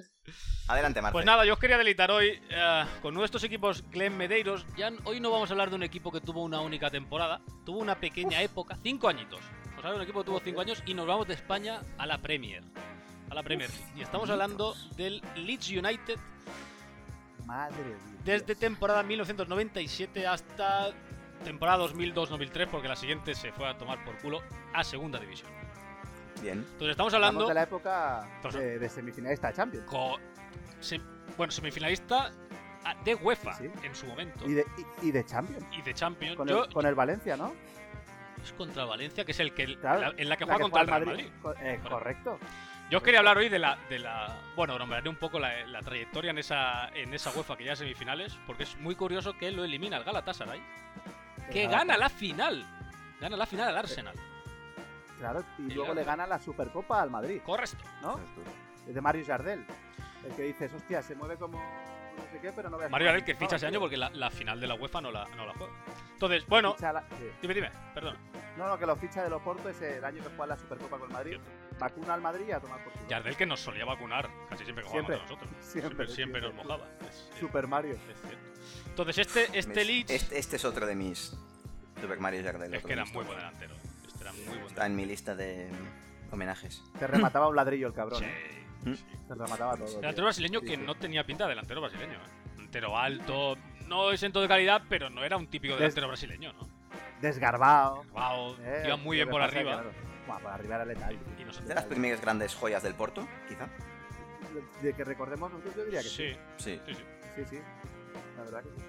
[SPEAKER 1] Adelante, Marce.
[SPEAKER 4] Pues nada, yo os quería delitar hoy eh, con nuestros equipos Glen Medeiros. Ya n- hoy no vamos a hablar de un equipo que tuvo una única temporada, tuvo una pequeña época, cinco añitos. Vamos a hablar de un equipo que tuvo cinco años y nos vamos de España a la Premier. A la Premier League. Y estamos hablando del Leeds United
[SPEAKER 3] Madre de Dios.
[SPEAKER 4] desde temporada 1997 hasta temporada 2002-2003, porque la siguiente se fue a tomar por culo a segunda división.
[SPEAKER 1] Bien.
[SPEAKER 4] Entonces estamos
[SPEAKER 3] Hablamos
[SPEAKER 4] hablando
[SPEAKER 3] de la época
[SPEAKER 4] Entonces-
[SPEAKER 3] de, de semifinales de Champions.
[SPEAKER 4] co- se- bueno, semifinalista ah, de UEFA
[SPEAKER 3] Sí, sí.
[SPEAKER 4] en su momento.
[SPEAKER 3] Y de, y, y de Champions.
[SPEAKER 4] Y de Champions.
[SPEAKER 3] Con,
[SPEAKER 4] Yo-
[SPEAKER 3] el, con el Valencia, ¿no?
[SPEAKER 4] Es contra Valencia, que es el que
[SPEAKER 3] Claro,
[SPEAKER 4] la- en la que juega contra el
[SPEAKER 3] juega
[SPEAKER 4] Real
[SPEAKER 3] el
[SPEAKER 4] Madrid.
[SPEAKER 3] Co- eh, correcto.
[SPEAKER 4] Yo os quería hablar hoy de la, de la bueno, nombraré un poco la, la trayectoria en esa en esa UEFA que ya es semifinales, porque es muy curioso que lo elimina el Galatasaray, que
[SPEAKER 3] El
[SPEAKER 4] gana la final, gana la final al Arsenal.
[SPEAKER 3] Claro, y
[SPEAKER 4] El
[SPEAKER 3] luego le
[SPEAKER 4] Arsenal.
[SPEAKER 3] gana la Supercopa al Madrid,
[SPEAKER 4] Correcto.
[SPEAKER 3] ¿no? Es de Mario Jardel. El que dices, hostia, se mueve como no sé qué, pero no veas.
[SPEAKER 4] Mario
[SPEAKER 3] cómo
[SPEAKER 4] Arel que
[SPEAKER 3] se mueve,
[SPEAKER 4] ficha ese año
[SPEAKER 3] tío.
[SPEAKER 4] porque la, la final de la UEFA no la no la juega. Entonces, bueno,
[SPEAKER 3] Ficha la- sí.
[SPEAKER 4] dime, dime, perdona.
[SPEAKER 3] No, no, que lo ficha del Oporto es el año que juega la Supercopa con el Madrid. Vacuna al Madrid y a tomar por culo.
[SPEAKER 4] Yardel que nos solía vacunar casi siempre que
[SPEAKER 3] Siempre.
[SPEAKER 4] jugábamos a nosotros.
[SPEAKER 3] Siempre,
[SPEAKER 4] Siempre, siempre nos
[SPEAKER 3] siempre.
[SPEAKER 4] mojaba. Es- es-
[SPEAKER 3] Super Mario.
[SPEAKER 4] es cierto. Entonces, este, este
[SPEAKER 1] ¿Ves?
[SPEAKER 4] Leeds
[SPEAKER 1] Este, este es otro de mis Super Mario Jardel.
[SPEAKER 4] es
[SPEAKER 1] otro
[SPEAKER 4] que era
[SPEAKER 1] de mis
[SPEAKER 4] muy
[SPEAKER 1] top.
[SPEAKER 4] buen delantero. Este era muy buen
[SPEAKER 1] Está
[SPEAKER 4] delantero.
[SPEAKER 1] en mi lista de homenajes.
[SPEAKER 3] Te remataba un ladrillo el cabrón. ¿eh?
[SPEAKER 4] Sí,
[SPEAKER 1] ¿Mm?
[SPEAKER 4] sí.
[SPEAKER 3] Te remataba todo. tío.
[SPEAKER 4] Delantero brasileño
[SPEAKER 3] Sí,
[SPEAKER 4] que
[SPEAKER 3] sí.
[SPEAKER 4] no tenía pinta de delantero brasileño. ¿eh? Delantero alto, no exento de calidad, pero no era un típico
[SPEAKER 3] Des-
[SPEAKER 4] delantero brasileño, ¿no?
[SPEAKER 3] Desgarbado.
[SPEAKER 4] Wow,
[SPEAKER 3] ¿eh?
[SPEAKER 4] iba muy
[SPEAKER 3] Lo
[SPEAKER 4] bien
[SPEAKER 3] que
[SPEAKER 4] por
[SPEAKER 3] pasa es que,
[SPEAKER 4] arriba.
[SPEAKER 3] claro, buah, por arriba era letal.
[SPEAKER 4] Y- y nosotros-
[SPEAKER 1] De las primeras grandes joyas del Porto, quizá.
[SPEAKER 3] De que recordemos nosotros, yo diría que sí.
[SPEAKER 4] Sí,
[SPEAKER 1] Sí.
[SPEAKER 4] sí, sí.
[SPEAKER 3] Sí, sí. La verdad que sí.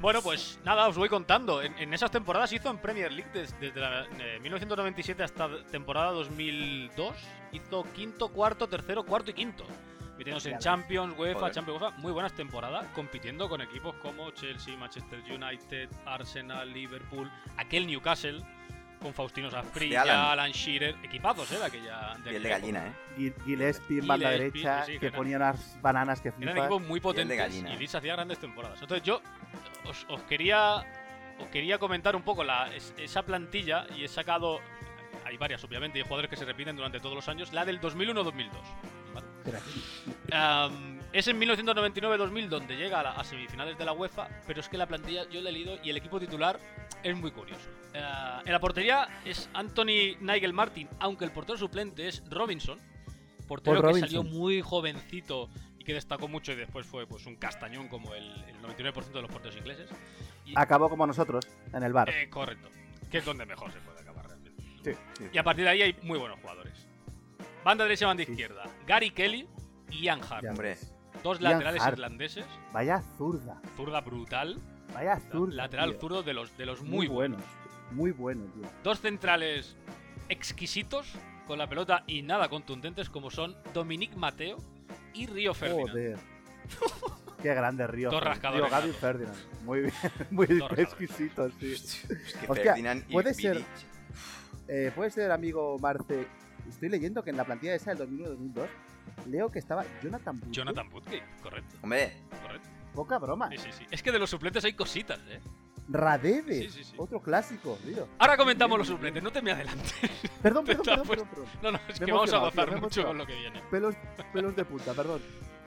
[SPEAKER 4] Bueno, pues nada, os voy contando. En, en esas temporadas hizo en Premier League des- desde la, eh, 1997 hasta temporada 2002. Hizo quinto, cuarto, tercero, cuarto y quinto. Metiéndose
[SPEAKER 3] Ya
[SPEAKER 4] en
[SPEAKER 3] ves.
[SPEAKER 4] Champions, UEFA,
[SPEAKER 1] Joder.
[SPEAKER 4] Champions, UEFA. Muy buenas temporadas, compitiendo con equipos como Chelsea, Manchester United, Arsenal, Liverpool, aquel Newcastle, con Faustino Asprilla,
[SPEAKER 1] Alan.
[SPEAKER 4] Alan. Shearer. Equipazos, ¿eh? De aquella. de
[SPEAKER 1] Piel de
[SPEAKER 4] aquella
[SPEAKER 1] gallina, ¿eh?
[SPEAKER 3] Gui- Gillespie en banda
[SPEAKER 4] Gillespie,
[SPEAKER 3] derecha,
[SPEAKER 4] sí, que
[SPEAKER 3] que
[SPEAKER 4] era-
[SPEAKER 3] ponía unas bananas que
[SPEAKER 4] Eran
[SPEAKER 3] flipas.
[SPEAKER 4] equipos muy potentes
[SPEAKER 1] gallina,
[SPEAKER 4] y
[SPEAKER 1] eh.
[SPEAKER 4] Leeds hacía grandes temporadas. Entonces yo os, os quería os quería comentar un poco la, es- esa plantilla y he sacado hay varias obviamente y hay jugadores que se repiten durante todos los años, la del 2001-2002. ¿vale?
[SPEAKER 3] Espera,
[SPEAKER 4] Am, es en 1999-2000 donde llega a, la- a semifinales de la UEFA, pero es que la plantilla yo la he leído y el equipo titular es muy curioso. Ah, en la portería es Anthony Nigel Martin, aunque el portero suplente es Robinson, portero
[SPEAKER 3] Paul
[SPEAKER 4] que
[SPEAKER 3] Robinson.
[SPEAKER 4] salió muy jovencito y que destacó mucho y después fue pues un castañón como el, el 99% de los porteros ingleses. Y-
[SPEAKER 3] Acabó como nosotros, en el bar.
[SPEAKER 4] eh, correcto. Que es donde mejor se puede acabar realmente.
[SPEAKER 3] Sí,
[SPEAKER 1] sí.
[SPEAKER 4] Y a partir de ahí hay muy buenos jugadores. Banda derecha, banda
[SPEAKER 3] Sí.
[SPEAKER 4] izquierda. Gary Kelly y Ian Hart.
[SPEAKER 3] Ya.
[SPEAKER 1] Hombre,
[SPEAKER 4] Dos
[SPEAKER 3] Ian
[SPEAKER 4] laterales
[SPEAKER 3] Hart.
[SPEAKER 4] irlandeses.
[SPEAKER 3] Vaya zurda.
[SPEAKER 4] Zurda brutal.
[SPEAKER 3] Vaya zurda.
[SPEAKER 4] lateral
[SPEAKER 3] tío.
[SPEAKER 4] zurdo de los, de los
[SPEAKER 3] Muy
[SPEAKER 4] muy buenos.
[SPEAKER 3] bueno. Muy bueno, tío.
[SPEAKER 4] Dos centrales exquisitos con la pelota y nada contundentes como son Dominique Mateo y Río Ferdinand.
[SPEAKER 3] Joder. Qué grande Río.
[SPEAKER 4] Dos
[SPEAKER 3] Ferdinand.
[SPEAKER 4] rascadores
[SPEAKER 3] Tío, Gavin
[SPEAKER 4] natos.
[SPEAKER 3] Ferdinand. Muy bien. Muy
[SPEAKER 4] rascadores.
[SPEAKER 3] exquisito, sí.
[SPEAKER 1] es que
[SPEAKER 3] Hostia,
[SPEAKER 1] Ferdinand y
[SPEAKER 3] puede ser-
[SPEAKER 1] Vidic.
[SPEAKER 3] Eh, puede ser, amigo Marce. Estoy leyendo que en la plantilla esa del 2001-2002 leo que estaba Jonathan Bull.
[SPEAKER 4] Jonathan Butke, correcto,
[SPEAKER 1] Hombre,
[SPEAKER 4] correcto.
[SPEAKER 3] Poca broma.
[SPEAKER 4] Sí, sí, sí. Es que de los suplentes hay cositas, eh.
[SPEAKER 3] Radebe.
[SPEAKER 4] Sí, sí, sí.
[SPEAKER 3] Otro clásico, tío.
[SPEAKER 4] Ahora comentamos los suplentes, no te me adelantes.
[SPEAKER 3] Perdón, perdón,
[SPEAKER 4] Te está
[SPEAKER 3] perdón,
[SPEAKER 4] puesto-
[SPEAKER 3] perdón, perdón.
[SPEAKER 4] No, no, es
[SPEAKER 3] Me
[SPEAKER 4] que
[SPEAKER 3] he
[SPEAKER 4] vamos a
[SPEAKER 3] emocionado, tío,
[SPEAKER 4] gozar
[SPEAKER 3] me he
[SPEAKER 4] mucho
[SPEAKER 3] emocionado.
[SPEAKER 4] con lo que viene.
[SPEAKER 3] Pelos, pelos de punta, perdón.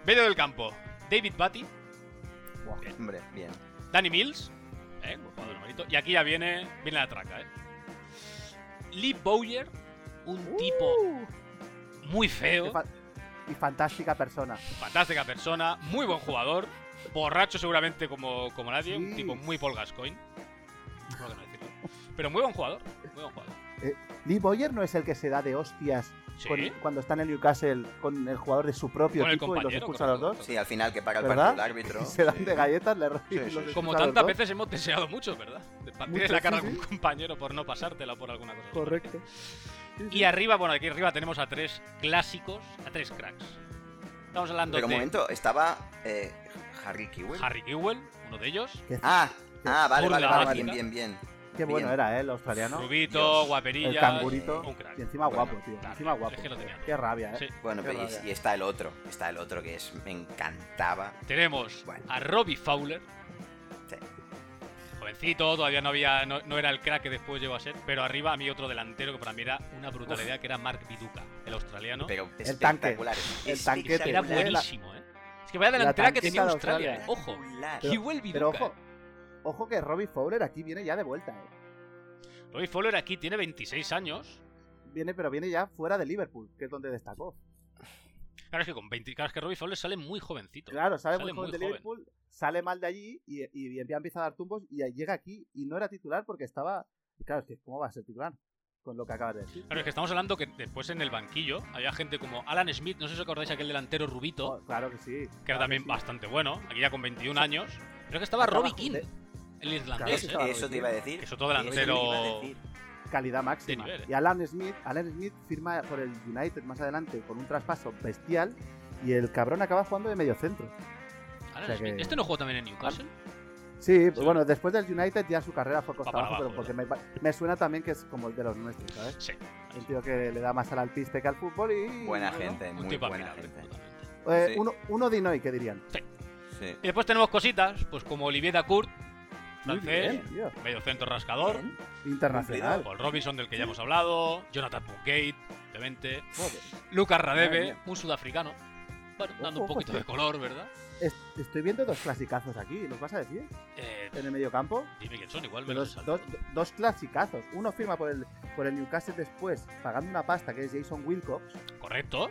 [SPEAKER 4] Medio del campo, David Batty,
[SPEAKER 3] Buah.
[SPEAKER 1] hombre, bien.
[SPEAKER 4] Danny Mills, eh, un jugador numerito, y aquí ya viene, viene la traca, eh. Lee Bowyer, un tipo
[SPEAKER 3] Uh,
[SPEAKER 4] muy
[SPEAKER 3] qué
[SPEAKER 4] feo,
[SPEAKER 3] fa- y fantástica persona.
[SPEAKER 4] fantástica persona, muy buen jugador, borracho seguramente como, como nadie, un
[SPEAKER 3] Sí.
[SPEAKER 4] tipo muy Paul Gascoigne. Por lo que no decirlo. Pero muy buen jugador, muy buen jugador.
[SPEAKER 3] Lee Boyer no es el que se da de hostias
[SPEAKER 4] Sí,
[SPEAKER 3] con- cuando está en el Newcastle con el jugador de su propio
[SPEAKER 4] Con el
[SPEAKER 3] equipo y los
[SPEAKER 4] compañero,
[SPEAKER 3] expulsa a los dos.
[SPEAKER 4] correcto.
[SPEAKER 1] Sí, al final que paga el
[SPEAKER 3] ¿Verdad?
[SPEAKER 1] partido el árbitro.
[SPEAKER 3] Se dan
[SPEAKER 1] sí.
[SPEAKER 3] de galletas, le
[SPEAKER 1] Sí, sí,
[SPEAKER 3] y los
[SPEAKER 1] sí.
[SPEAKER 4] como
[SPEAKER 3] expulsa a los
[SPEAKER 4] tantas
[SPEAKER 3] dos.
[SPEAKER 4] veces hemos deseado mucho, ¿verdad? De partir
[SPEAKER 3] Mucho,
[SPEAKER 4] la
[SPEAKER 3] sí,
[SPEAKER 4] cara
[SPEAKER 3] sí.
[SPEAKER 4] a un compañero por no pasártela por alguna cosa. así.
[SPEAKER 3] Correcto. Sí, sí.
[SPEAKER 4] Y arriba, bueno, aquí arriba tenemos a tres clásicos, a tres cracks. Estamos hablando
[SPEAKER 1] Pero un
[SPEAKER 4] de
[SPEAKER 1] momento, estaba eh, Harry Kewell.
[SPEAKER 4] Harry Kewell, uno de ellos,
[SPEAKER 1] Ah, ah, vale,
[SPEAKER 4] Zurda
[SPEAKER 1] vale, vale, bien,
[SPEAKER 4] ática.
[SPEAKER 1] bien, bien.
[SPEAKER 3] Qué bueno
[SPEAKER 1] Bien.
[SPEAKER 3] era, ¿eh? El australiano.
[SPEAKER 4] Rubito,
[SPEAKER 1] Dios.
[SPEAKER 3] El
[SPEAKER 4] Guaperilla,
[SPEAKER 3] cangurito.
[SPEAKER 4] un crack.
[SPEAKER 3] Y encima
[SPEAKER 1] Bueno,
[SPEAKER 3] guapo, tío.
[SPEAKER 4] claro,
[SPEAKER 3] encima
[SPEAKER 4] es
[SPEAKER 3] guapo.
[SPEAKER 4] que lo tenía.
[SPEAKER 3] Qué rabia, ¿eh?
[SPEAKER 4] Sí.
[SPEAKER 1] Bueno,
[SPEAKER 3] Qué
[SPEAKER 1] pero
[SPEAKER 3] rabia.
[SPEAKER 1] y, y está el otro, está el otro que es, me encantaba.
[SPEAKER 4] Tenemos
[SPEAKER 1] Bueno.
[SPEAKER 4] a Robbie Fowler.
[SPEAKER 1] Sí.
[SPEAKER 4] Jovencito, todavía no había, no, no era el crack que después llegó a ser, pero arriba a mí otro delantero que para mí era una brutalidad, que era Mark Viduca, el australiano.
[SPEAKER 1] Pero
[SPEAKER 3] tanque,
[SPEAKER 1] espectacular.
[SPEAKER 3] el
[SPEAKER 1] es-
[SPEAKER 3] tanquete.
[SPEAKER 1] espectacular.
[SPEAKER 4] Era
[SPEAKER 3] la-
[SPEAKER 4] buenísimo, ¿eh? Es que vaya delantera que
[SPEAKER 3] tanqueta
[SPEAKER 4] tenía
[SPEAKER 3] de
[SPEAKER 4] Australia,
[SPEAKER 3] Australia.
[SPEAKER 4] eh. ojo.
[SPEAKER 1] Espectacular.
[SPEAKER 3] Pero-
[SPEAKER 4] Kewell Viduca.
[SPEAKER 3] Pero ojo,
[SPEAKER 4] eh.
[SPEAKER 3] ojo que Robbie Fowler aquí viene ya de vuelta, ¿eh?
[SPEAKER 4] Robbie Fowler aquí tiene 26 años.
[SPEAKER 3] Viene, pero viene ya fuera de Liverpool, que es donde destacó.
[SPEAKER 4] Claro, es que con 20, claro, es que Robbie Fowler sale muy jovencito.
[SPEAKER 3] Claro, sale,
[SPEAKER 4] Sale
[SPEAKER 3] muy joven
[SPEAKER 4] muy
[SPEAKER 3] de
[SPEAKER 4] joven.
[SPEAKER 3] Liverpool, sale mal de allí y, y ya empieza a dar tumbos y llega aquí y no era titular porque estaba... Claro, es que ¿cómo va a ser titular? Con lo que acabas de decir.
[SPEAKER 4] Claro, es que estamos hablando que después en el banquillo había gente como Alan Smith, no sé si os acordáis aquel delantero rubito,
[SPEAKER 3] Oh, claro que sí.
[SPEAKER 4] que era también bastante bueno, aquí ya con 21 años. Creo que estaba
[SPEAKER 3] Acaba
[SPEAKER 4] Robbie
[SPEAKER 3] con-
[SPEAKER 4] King, el
[SPEAKER 3] Claro,
[SPEAKER 4] irlandés,
[SPEAKER 1] Es-
[SPEAKER 3] sí,
[SPEAKER 4] ¿eh?
[SPEAKER 3] claro,
[SPEAKER 1] eso
[SPEAKER 3] sí.
[SPEAKER 1] te iba a decir.
[SPEAKER 4] que es otro
[SPEAKER 1] Eso te
[SPEAKER 4] delantero.
[SPEAKER 1] iba a decir.
[SPEAKER 3] calidad máxima.
[SPEAKER 4] De nivel, eh.
[SPEAKER 3] Y Alan Smith, Alan Smith firma por el United más adelante con un traspaso bestial y el cabrón acaba jugando de mediocentro.
[SPEAKER 4] Alan
[SPEAKER 3] O sea
[SPEAKER 4] Smith.
[SPEAKER 3] que-
[SPEAKER 4] ¿Este no jugó también en Newcastle?
[SPEAKER 3] Sí, pues
[SPEAKER 4] Sí.
[SPEAKER 3] bueno, después del United ya su carrera fue costa
[SPEAKER 4] para
[SPEAKER 3] abajo, pero
[SPEAKER 4] abajo,
[SPEAKER 3] porque me, me suena también que es como el de los nuestros, ¿sabes?
[SPEAKER 4] Sí.
[SPEAKER 3] Un tío que le da más al alpiste que al fútbol y...
[SPEAKER 1] Buena
[SPEAKER 3] y bueno,
[SPEAKER 1] gente,
[SPEAKER 4] Un
[SPEAKER 1] muy
[SPEAKER 4] tipo
[SPEAKER 1] buena
[SPEAKER 4] admirable,
[SPEAKER 1] gente.
[SPEAKER 4] totalmente.
[SPEAKER 3] eh,
[SPEAKER 1] Sí.
[SPEAKER 3] uno, uno de Inoi, que dirían.
[SPEAKER 1] Sí.
[SPEAKER 4] Y después tenemos cositas, pues como Olivier Dacourt,
[SPEAKER 3] Muy
[SPEAKER 4] francés,
[SPEAKER 3] bien, tío.
[SPEAKER 4] medio centro rascador,
[SPEAKER 3] Internacional.
[SPEAKER 4] Paul Robinson del que ya hemos hablado, Jonathan Bungate, obviamente,
[SPEAKER 3] Joder.
[SPEAKER 4] Lucas
[SPEAKER 3] Madre
[SPEAKER 4] Radebe,
[SPEAKER 3] mía.
[SPEAKER 4] un sudafricano, bueno, dando
[SPEAKER 3] Ojo,
[SPEAKER 4] un poquito
[SPEAKER 3] ojo,
[SPEAKER 4] de color, ¿verdad?
[SPEAKER 3] Es- estoy viendo dos clasicazos aquí, ¿los vas a decir?
[SPEAKER 4] Eh,
[SPEAKER 3] En el mediocampo.
[SPEAKER 4] dime quién son, igual me los
[SPEAKER 3] Dos,
[SPEAKER 4] salto.
[SPEAKER 3] dos, dos clasicazos. Uno firma por el, por el Newcastle después, pagando una pasta, que es Jason Wilcox,
[SPEAKER 4] Correcto.